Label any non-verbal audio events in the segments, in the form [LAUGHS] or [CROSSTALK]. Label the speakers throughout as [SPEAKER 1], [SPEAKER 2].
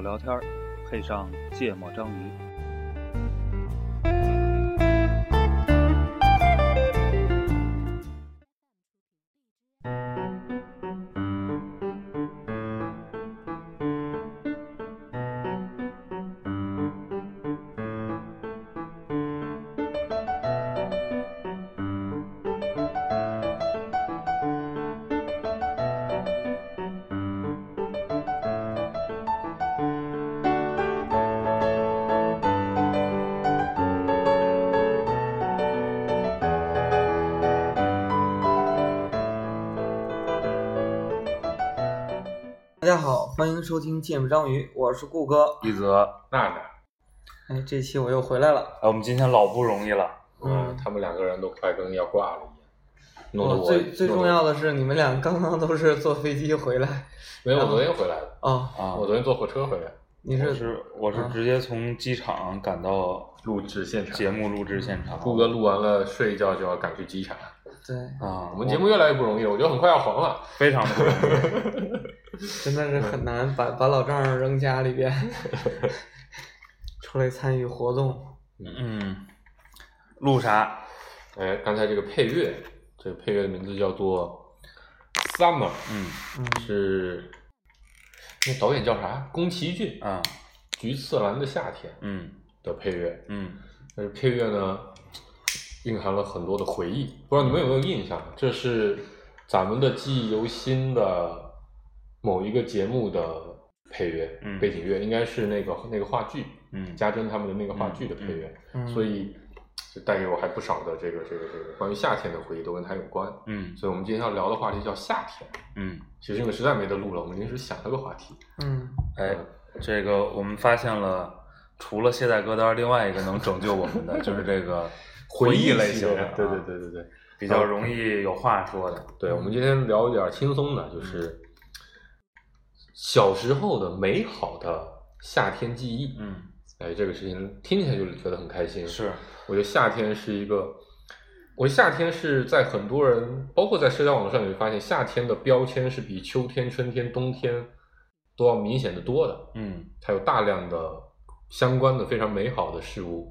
[SPEAKER 1] 聊天儿，配上芥末章鱼。
[SPEAKER 2] 大家好，欢迎收听《芥末章鱼》，我是顾哥。
[SPEAKER 3] 一泽、娜娜，
[SPEAKER 2] 哎，这期我又回来了。
[SPEAKER 4] 哎，我们今天老不容易了，
[SPEAKER 2] 嗯
[SPEAKER 3] 他们两个人都快跟要挂了一样，弄得
[SPEAKER 2] 我
[SPEAKER 3] 我
[SPEAKER 2] 哦最最
[SPEAKER 3] 弄
[SPEAKER 2] 重
[SPEAKER 3] 得
[SPEAKER 2] 要
[SPEAKER 3] 我
[SPEAKER 2] 的是，你们俩刚刚都是坐飞机回来
[SPEAKER 3] 没有，
[SPEAKER 2] 然
[SPEAKER 3] 我
[SPEAKER 2] 后
[SPEAKER 3] 昨天回来的，
[SPEAKER 2] 哦，
[SPEAKER 4] 啊！
[SPEAKER 3] 我昨天坐火车回来，
[SPEAKER 2] 你
[SPEAKER 4] 我
[SPEAKER 2] 是
[SPEAKER 4] 是我是直接从机场赶到
[SPEAKER 3] 嗯录制现场
[SPEAKER 4] 节目录制现场。
[SPEAKER 3] 顾哥录完了睡一觉就要赶去机场，
[SPEAKER 2] 对，
[SPEAKER 4] 啊，
[SPEAKER 3] 我们节目越来越不容易了，我觉得很快要黄了。
[SPEAKER 4] 非常不容易。
[SPEAKER 2] 真的是很
[SPEAKER 3] 嗯
[SPEAKER 2] 难把把老丈人扔家里
[SPEAKER 3] [LAUGHS]
[SPEAKER 2] 边，出来参与活动。
[SPEAKER 4] 嗯，录啥？
[SPEAKER 3] 哎，刚才这个配乐，这个配乐的名字叫做《Summer》，
[SPEAKER 4] 嗯
[SPEAKER 2] 嗯，
[SPEAKER 3] 是那导演叫啥？宫崎骏
[SPEAKER 4] 啊
[SPEAKER 3] 《菊次郎的夏天》
[SPEAKER 4] 嗯
[SPEAKER 3] 的配乐，
[SPEAKER 4] 嗯
[SPEAKER 3] 但是配乐呢，蕴含了很多的回忆，不知道你们有没有印象？这是咱们的记忆犹新的某一个节目的配乐，
[SPEAKER 4] 嗯
[SPEAKER 3] 背景乐应该是那个那个话剧，
[SPEAKER 4] 嗯
[SPEAKER 3] 家珍他们的那个话剧的配乐，
[SPEAKER 2] 嗯
[SPEAKER 3] 所以就带给我还不少的这个这个这个关于夏天的回忆都跟它有关。
[SPEAKER 4] 嗯
[SPEAKER 3] 所以我们今天要聊的话题叫夏天。
[SPEAKER 4] 嗯，
[SPEAKER 3] 其实因为实在没得录了，我们临时想了个话题，
[SPEAKER 2] 嗯，
[SPEAKER 4] 哎，
[SPEAKER 3] 呃
[SPEAKER 4] 这个我们发现了，除了懈怠歌单，另外一个能拯救我们的就是这
[SPEAKER 3] [LAUGHS]
[SPEAKER 4] 个忆类型的，
[SPEAKER 3] 对对，对对对。
[SPEAKER 4] 啊
[SPEAKER 3] 嗯
[SPEAKER 4] 比较容易有话说的。
[SPEAKER 3] 对，我们今天聊一点轻松的，就是小时候的美好的夏天记忆。，
[SPEAKER 4] 嗯，
[SPEAKER 3] 哎，这个事情听起来就觉得很开心。，
[SPEAKER 4] 是，
[SPEAKER 3] 我觉得夏天是一个，我夏天是在很多人，包括在社交网络上，你会发现夏天的标签是比秋天、春天、冬天都要明显的多的。
[SPEAKER 4] 嗯
[SPEAKER 3] 它有大量的相关的非常美好的事物，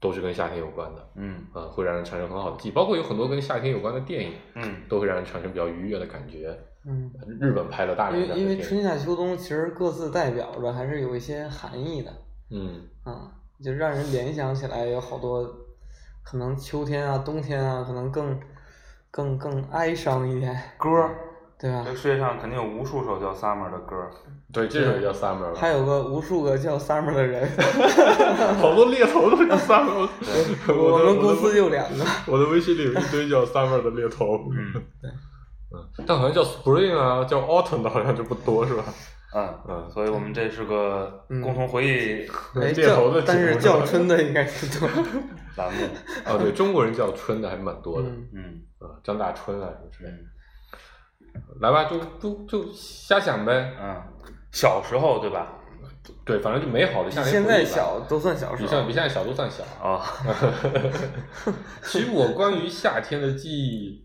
[SPEAKER 3] 都是跟夏天有关的，
[SPEAKER 4] 嗯
[SPEAKER 3] 啊、会让人产生很好的记忆。包括有很多跟夏天有关的电影。
[SPEAKER 4] 嗯
[SPEAKER 3] 都会让人产生比较愉悦的感觉。
[SPEAKER 2] 嗯，
[SPEAKER 3] 日本拍了大
[SPEAKER 2] 因
[SPEAKER 3] 量的
[SPEAKER 2] 为因为
[SPEAKER 3] 电影
[SPEAKER 2] 春夏秋冬其实各自代表着还是有一些含义的。
[SPEAKER 3] 嗯
[SPEAKER 2] 啊，就让人联想起来有好多，可能秋天啊、冬天啊，可能更更更哀伤一点，
[SPEAKER 4] 歌儿。
[SPEAKER 2] 对吧
[SPEAKER 3] 嗯
[SPEAKER 4] 这？世界上肯定有无数首叫 Summer 的歌
[SPEAKER 3] [LAUGHS]
[SPEAKER 4] 儿，
[SPEAKER 3] 对，这首也叫 Summer 吧
[SPEAKER 2] [LAUGHS] 还有个无数个叫 Summer 的
[SPEAKER 3] [LAUGHS]
[SPEAKER 2] 人，
[SPEAKER 3] 好多猎头都叫 Summer，
[SPEAKER 2] 我
[SPEAKER 3] 我
[SPEAKER 2] 我
[SPEAKER 3] 的
[SPEAKER 2] 们公司
[SPEAKER 3] 我
[SPEAKER 2] 就两个。
[SPEAKER 3] 的我的微信里有一堆叫 Summer 的猎头，
[SPEAKER 4] 嗯
[SPEAKER 3] 嗯，但好像叫 Spring 啊，叫 Autumn 的好像就不多是吧？
[SPEAKER 4] 嗯
[SPEAKER 3] 嗯
[SPEAKER 4] 所以我们这是个
[SPEAKER 2] 嗯
[SPEAKER 4] 共同回
[SPEAKER 3] [LAUGHS]
[SPEAKER 4] 忆
[SPEAKER 2] 哎，
[SPEAKER 3] 猎头
[SPEAKER 2] 叫
[SPEAKER 3] 的
[SPEAKER 2] 但
[SPEAKER 3] 节
[SPEAKER 2] 是
[SPEAKER 3] 目
[SPEAKER 2] 叫
[SPEAKER 3] 吧
[SPEAKER 2] 春的应该是多。
[SPEAKER 4] 栏目。
[SPEAKER 3] 啊，对 [LAUGHS] 中国人叫春的还蛮 [LAUGHS] 多的，
[SPEAKER 2] 嗯
[SPEAKER 4] 嗯
[SPEAKER 3] 啊，张大春啊什么之类的。
[SPEAKER 4] 嗯
[SPEAKER 3] 来吧，就就就瞎想呗，
[SPEAKER 4] 嗯，小时候对吧？
[SPEAKER 3] 对，反正就美好的
[SPEAKER 2] 比
[SPEAKER 3] 夏天。
[SPEAKER 2] 现在，小都算小时
[SPEAKER 3] 比现在
[SPEAKER 2] 候
[SPEAKER 3] 比。现在小都算小。啊
[SPEAKER 4] 哦，
[SPEAKER 3] [LAUGHS] 其实我关于夏天的记忆，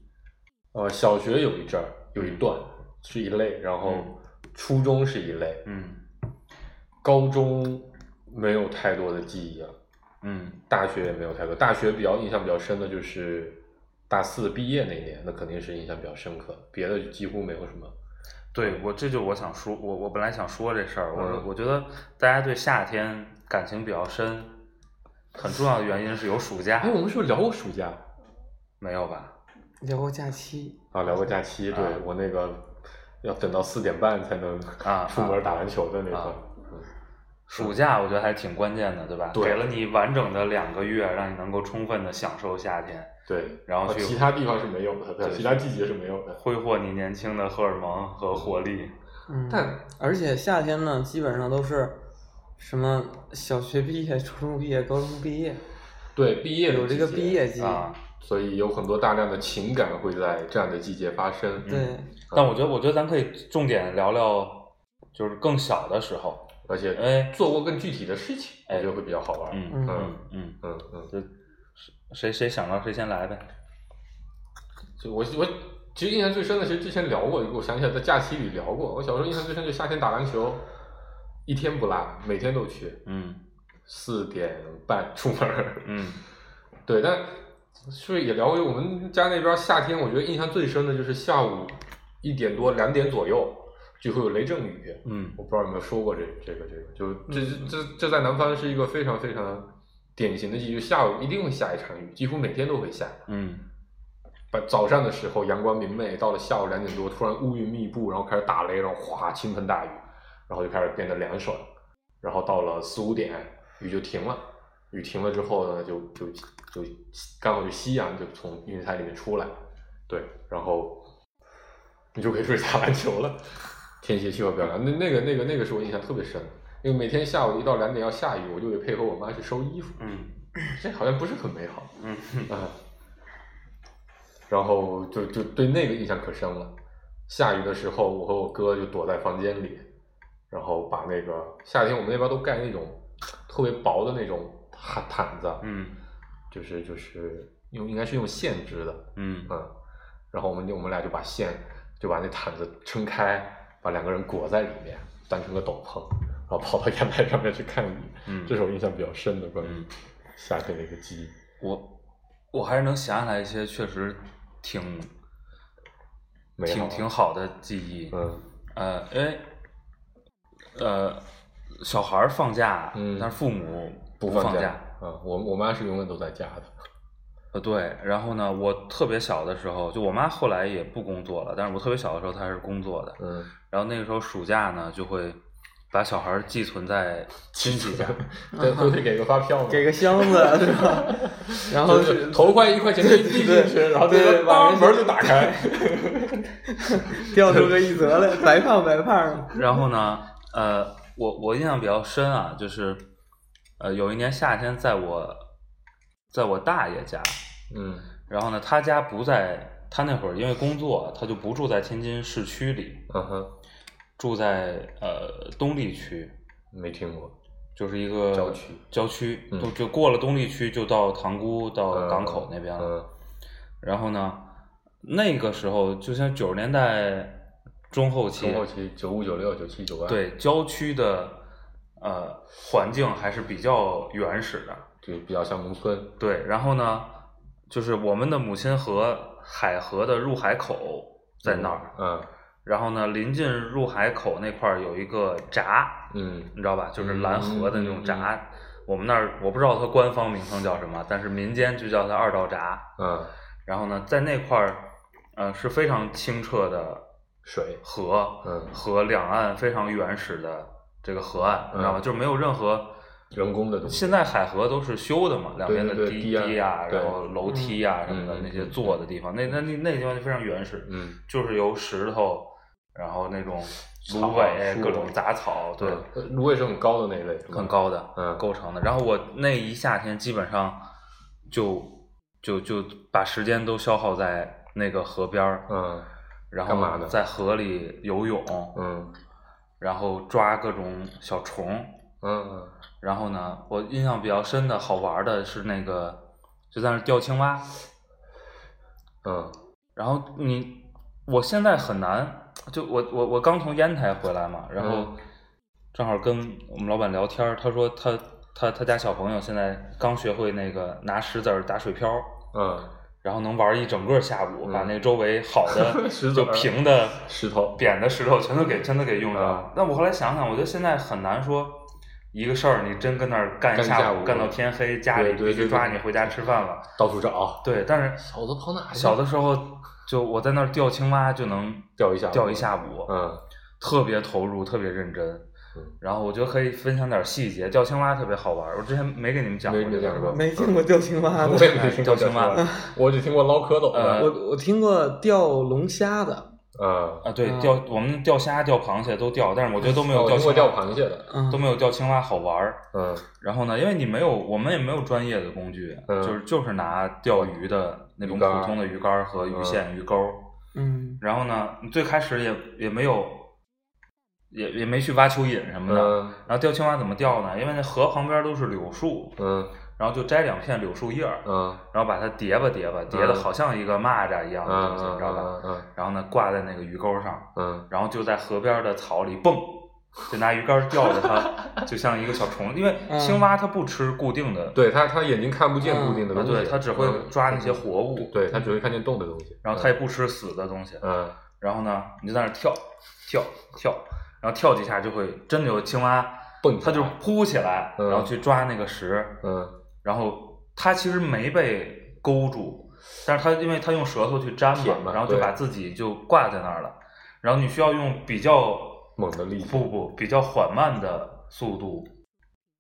[SPEAKER 3] 呃，小学有一阵儿有一段是一类，然后
[SPEAKER 4] 嗯
[SPEAKER 3] 初中是一类，
[SPEAKER 4] 嗯
[SPEAKER 3] 高中没有太多的记忆了，
[SPEAKER 4] 嗯
[SPEAKER 3] 大学也没有太多。大学比较印象比较深的就是大四毕业那年，那肯定是印象比较深刻，别的几乎没有什么。
[SPEAKER 4] 对我这就我想说，我我本来想说这事儿，我、
[SPEAKER 3] 嗯
[SPEAKER 4] 我觉得大家对夏天感情比较深，很重要的原因是有暑假
[SPEAKER 3] 哎，，我们是不是聊过暑假
[SPEAKER 4] 没有吧？
[SPEAKER 2] 聊过假期，
[SPEAKER 3] 啊？聊过假期，对、
[SPEAKER 4] 啊
[SPEAKER 3] 我那个要等到四点半才能
[SPEAKER 4] 啊
[SPEAKER 3] 出门打篮球的那种。
[SPEAKER 4] 啊
[SPEAKER 3] 嗯
[SPEAKER 4] 暑假我觉得还挺关键的，对吧？
[SPEAKER 3] 对
[SPEAKER 4] 给了你完整的两个月，让你能够充分的享受夏天，
[SPEAKER 3] 对，
[SPEAKER 4] 然后去
[SPEAKER 3] 呃其他地方是没有的，对，
[SPEAKER 4] 对
[SPEAKER 3] 其他季节是没有的。
[SPEAKER 4] 挥霍你年轻的荷尔蒙和活力。
[SPEAKER 2] 嗯，
[SPEAKER 3] 但
[SPEAKER 2] 而且夏天呢，基本上都是什么小学毕业、初中毕业、高中毕业，
[SPEAKER 3] 对，毕业的
[SPEAKER 2] 有这个
[SPEAKER 3] 季节
[SPEAKER 2] 毕，业季。
[SPEAKER 4] 啊，
[SPEAKER 3] 所以有很多大量的情感会在这样的季节发
[SPEAKER 4] 嗯
[SPEAKER 3] 生。
[SPEAKER 2] 对，
[SPEAKER 4] 但我觉得，我觉得咱可以重点聊聊，就是更小的时候，
[SPEAKER 3] 而且
[SPEAKER 4] 哎，
[SPEAKER 3] 做过更具体的事情，我
[SPEAKER 4] 哎
[SPEAKER 3] 觉得会比较好玩。
[SPEAKER 4] 嗯
[SPEAKER 2] 嗯
[SPEAKER 3] 嗯
[SPEAKER 4] 嗯，
[SPEAKER 3] 嗯嗯，
[SPEAKER 4] 谁谁想到谁先来呗。
[SPEAKER 3] 就我我其实印象最深的，其实之前聊过，我想起来在假期里聊过。我小时候印象最深就夏天打篮球，一天不落，每天都去，
[SPEAKER 4] 嗯
[SPEAKER 3] 四点半出门儿。
[SPEAKER 4] 嗯
[SPEAKER 3] 对，但是不是也聊过？我们家那边夏天，我觉得印象最深的就是下午一点多、两点左右就会有雷阵雨。
[SPEAKER 4] 嗯
[SPEAKER 3] 我不知道有没有说过这这个这个，就这这这这在南方是一个非常非常典型的季节，就下午一定会下一场雨，几乎每天都会下。
[SPEAKER 4] 嗯
[SPEAKER 3] 把早上的时候阳光明媚，到了下午两点多突然乌云密布，然后开始打雷，然后哗倾盆大雨，然后就开始变得凉爽，然后到了四五点雨就停了，雨停了之后呢，就就就刚好就夕阳就从云彩里面出来，对，然后你就可以出去打篮球了。天气气候表凉，那那个那个那个是我印象特别深的，因为每天下午一到两点要下雨，我就得配合我妈去收衣服，
[SPEAKER 4] 嗯
[SPEAKER 3] [CLEARS THROAT] 这好像不是很美好。
[SPEAKER 4] 嗯
[SPEAKER 3] 嗯，然后就就对那个印象可深了。下雨的时候，我和我哥就躲在房间里，然后把那个夏天我们那边都盖那种特别薄的那种毯毯子，
[SPEAKER 4] 嗯
[SPEAKER 3] 就是就是用应该是用线织的，
[SPEAKER 4] 嗯
[SPEAKER 3] 嗯，然后我们就我们俩就把线就把那毯子撑开，把两个人裹在里面，当成个斗篷，然后跑到阳台上面去看雨。
[SPEAKER 4] 嗯，
[SPEAKER 3] 这是我印象比较深的关于
[SPEAKER 4] 嗯
[SPEAKER 3] 夏天的一个记忆。
[SPEAKER 4] 我我还是能想起来一些确实挺
[SPEAKER 3] 美好
[SPEAKER 4] 挺挺好的记忆。
[SPEAKER 3] 嗯
[SPEAKER 4] 呃，因为呃，小孩儿放假，
[SPEAKER 3] 嗯
[SPEAKER 4] 但是父母
[SPEAKER 3] 不
[SPEAKER 4] 放
[SPEAKER 3] 放假。啊，我我妈是永远都在家的。
[SPEAKER 4] 呃，对，然后呢，我特别小的时候，就我妈后来也不工作了，但是我特别小的时候她是工作的。
[SPEAKER 3] 嗯，
[SPEAKER 4] 然后那个时候暑假呢，就会把小孩儿寄存在亲戚家。
[SPEAKER 3] 对，都得给个发票嘛，
[SPEAKER 2] 嗯给个
[SPEAKER 3] [LAUGHS]
[SPEAKER 2] 箱子是吧？然后
[SPEAKER 3] 就是头块一块钱一递进去，然后那
[SPEAKER 2] 对
[SPEAKER 3] 个
[SPEAKER 2] 晚
[SPEAKER 3] 当
[SPEAKER 2] 上
[SPEAKER 3] 门就打开。
[SPEAKER 2] [LAUGHS] 掉出个一则来，白胖白胖。
[SPEAKER 4] 然后呢，呃，我我印象比较深啊，就是呃，有一年夏天，在我在我大爷家，
[SPEAKER 3] 嗯
[SPEAKER 4] 然后呢，他家不在，他那会儿因为工作，他就不住在天津市区里，
[SPEAKER 3] 嗯哼，
[SPEAKER 4] 住在呃东丽区，
[SPEAKER 3] 没听过。
[SPEAKER 4] 就是一个
[SPEAKER 3] 郊区
[SPEAKER 4] 郊区
[SPEAKER 3] 嗯
[SPEAKER 4] 就就过了东丽区，就到塘沽到
[SPEAKER 3] 嗯
[SPEAKER 4] 哦港口那边了。
[SPEAKER 3] 嗯
[SPEAKER 4] 然后呢，那个时候就像九十年代中后期，
[SPEAKER 3] 中后期九五九六九七九八，，
[SPEAKER 4] 对郊区的呃环境还是比较原始的。
[SPEAKER 3] 就比较像农村。
[SPEAKER 4] 对，然后呢，就是我们的母亲河海河的入海口在那儿，
[SPEAKER 3] 嗯
[SPEAKER 4] 然后呢，临近入海口那块儿有一个闸，
[SPEAKER 3] 嗯
[SPEAKER 4] 你知道吧？就是拦河的那种闸。
[SPEAKER 3] 嗯嗯
[SPEAKER 4] 我们那儿我不知道它官方名称叫什么，但是民间就叫它二道闸。
[SPEAKER 3] 嗯，
[SPEAKER 4] 然后呢，在那块儿，呃，是非常清澈的
[SPEAKER 3] 水。
[SPEAKER 4] 河，
[SPEAKER 3] 嗯
[SPEAKER 4] 和两岸非常原始的这个河岸，你知道吧？
[SPEAKER 3] 嗯
[SPEAKER 4] 就是没有任何
[SPEAKER 3] 人工的东西
[SPEAKER 4] 现在海河都是修的嘛，两边的
[SPEAKER 3] 对对
[SPEAKER 4] 堤
[SPEAKER 3] 堤
[SPEAKER 4] 啊，
[SPEAKER 3] 啊
[SPEAKER 4] 然后楼梯啊什么的
[SPEAKER 3] 嗯
[SPEAKER 4] 那些坐的地方，那那那那地方就非常原始，
[SPEAKER 3] 嗯，
[SPEAKER 4] 就是由石头，然后那种
[SPEAKER 3] 草
[SPEAKER 4] 芦苇
[SPEAKER 3] 树
[SPEAKER 4] 各种杂草，对，
[SPEAKER 3] 嗯芦苇是很高的那一类，是吧
[SPEAKER 4] 很。高的呃
[SPEAKER 3] 嗯
[SPEAKER 4] 构成的。然后我那一夏天基本上就就就把时间都消耗在那个河边儿，
[SPEAKER 3] 嗯
[SPEAKER 4] 然
[SPEAKER 3] 干嘛
[SPEAKER 4] 后
[SPEAKER 3] 呢
[SPEAKER 4] 在河里游泳，
[SPEAKER 3] 嗯
[SPEAKER 4] 然后抓各种小虫，
[SPEAKER 3] 嗯
[SPEAKER 4] 然后呢，我印象比较深的好玩的是那个，就在那儿钓青蛙。
[SPEAKER 3] 嗯
[SPEAKER 4] 然后你，我现在很难，就我我我刚从烟台回来嘛，然后
[SPEAKER 3] 嗯
[SPEAKER 4] 正好跟我们老板聊天儿，他说他他他家小朋友现在刚学会那个拿石子儿打水漂，
[SPEAKER 3] 嗯，
[SPEAKER 4] 然后能玩一整个下午，
[SPEAKER 3] 嗯
[SPEAKER 4] 把那周围好的
[SPEAKER 3] [LAUGHS] 石子
[SPEAKER 4] 就
[SPEAKER 3] 儿
[SPEAKER 4] 平的
[SPEAKER 3] 石头
[SPEAKER 4] 扁的石头全都给全都给用掉了
[SPEAKER 3] 嗯。
[SPEAKER 4] 但我后来想想，我觉得现在很难说一个事儿，你真跟那儿干一
[SPEAKER 3] 干一
[SPEAKER 4] 下
[SPEAKER 3] 下
[SPEAKER 4] 午，
[SPEAKER 3] 午
[SPEAKER 4] 干到天黑，家里
[SPEAKER 3] 对对
[SPEAKER 4] 必须
[SPEAKER 3] 对
[SPEAKER 4] 抓
[SPEAKER 3] 对
[SPEAKER 4] 你回家吃饭了。
[SPEAKER 3] 到处找。
[SPEAKER 4] 对，但是
[SPEAKER 3] 啊小子跑哪去了？
[SPEAKER 4] 小的时候就我在那儿钓青蛙，就能
[SPEAKER 3] 钓一下午
[SPEAKER 4] 钓一下午，
[SPEAKER 3] 嗯
[SPEAKER 4] 特别投入，特别认真
[SPEAKER 3] 嗯。
[SPEAKER 4] 然后我觉得可以分享点细节，钓青蛙特别好玩儿。我之前没跟你们讲过
[SPEAKER 3] 没
[SPEAKER 4] 这
[SPEAKER 3] 没
[SPEAKER 4] 个
[SPEAKER 3] 讲过
[SPEAKER 2] 没见过钓青蛙
[SPEAKER 3] 我
[SPEAKER 2] 的，
[SPEAKER 3] 也没听
[SPEAKER 4] 钓
[SPEAKER 3] 过
[SPEAKER 4] 青蛙
[SPEAKER 3] 的，我只听过捞蝌蚪
[SPEAKER 4] 呃
[SPEAKER 3] 的。
[SPEAKER 2] 我我听过钓龙虾的，
[SPEAKER 3] 嗯，
[SPEAKER 4] 啊，对，
[SPEAKER 2] 嗯
[SPEAKER 4] 钓我们钓虾、钓螃蟹都钓，但是我觉得都没有
[SPEAKER 3] 我
[SPEAKER 4] 钓
[SPEAKER 3] 听
[SPEAKER 4] 青
[SPEAKER 3] 过
[SPEAKER 4] 蛙，
[SPEAKER 3] 哦钓螃蟹的。
[SPEAKER 2] 嗯
[SPEAKER 4] 都，没有钓青蛙好玩儿。
[SPEAKER 3] 嗯
[SPEAKER 4] 然后呢，因为你没有，我们也没有专业的工具，
[SPEAKER 3] 嗯
[SPEAKER 4] 就是就是拿钓鱼的那种
[SPEAKER 3] 鱼竿儿
[SPEAKER 4] 普通的鱼竿儿和鱼线、鱼钩儿。
[SPEAKER 2] 嗯
[SPEAKER 4] 然后呢，你最开始也也没有，也也没去挖蚯蚓什么的。
[SPEAKER 3] 嗯
[SPEAKER 4] 然后钓青蛙怎么钓呢？因为那河旁边都是柳树，
[SPEAKER 3] 嗯
[SPEAKER 4] 然后就摘两片柳树叶儿，
[SPEAKER 3] 嗯，
[SPEAKER 4] 然后把它叠吧叠吧，叠的好像一个蚂蚱一样的东西，你知道吧？
[SPEAKER 3] 嗯
[SPEAKER 4] 然后呢，挂在那个鱼钩上，
[SPEAKER 3] 嗯
[SPEAKER 4] 然后就在河边的草里蹦，就拿鱼竿吊着它，就像一个小虫，因为
[SPEAKER 2] 嗯
[SPEAKER 4] 青蛙它不吃固定的，
[SPEAKER 3] 对它，它眼睛看不见
[SPEAKER 2] 嗯
[SPEAKER 3] 固定的
[SPEAKER 4] 啊
[SPEAKER 3] 东西，
[SPEAKER 4] 对，它只会
[SPEAKER 3] 嗯
[SPEAKER 4] 抓那些活物，
[SPEAKER 3] 对，它只会看见动的东西。
[SPEAKER 4] 然后它也不吃死的东西，
[SPEAKER 3] 嗯，
[SPEAKER 4] 然后呢，你就在那儿跳跳跳，然后跳几下就会真的有青蛙，
[SPEAKER 3] 蹦起
[SPEAKER 4] 它
[SPEAKER 3] 来
[SPEAKER 4] 就扑起来，
[SPEAKER 3] 嗯
[SPEAKER 4] 然后去抓那个食，
[SPEAKER 3] 嗯，
[SPEAKER 4] 然后它其实没被勾住，但是它因为它用舌头去粘
[SPEAKER 3] 舔嘛
[SPEAKER 4] 嘛，然后就
[SPEAKER 3] 对
[SPEAKER 4] 把自己就挂在那儿了，然后你需要用比较
[SPEAKER 3] 猛的力气，
[SPEAKER 4] 不不比较缓慢的速度，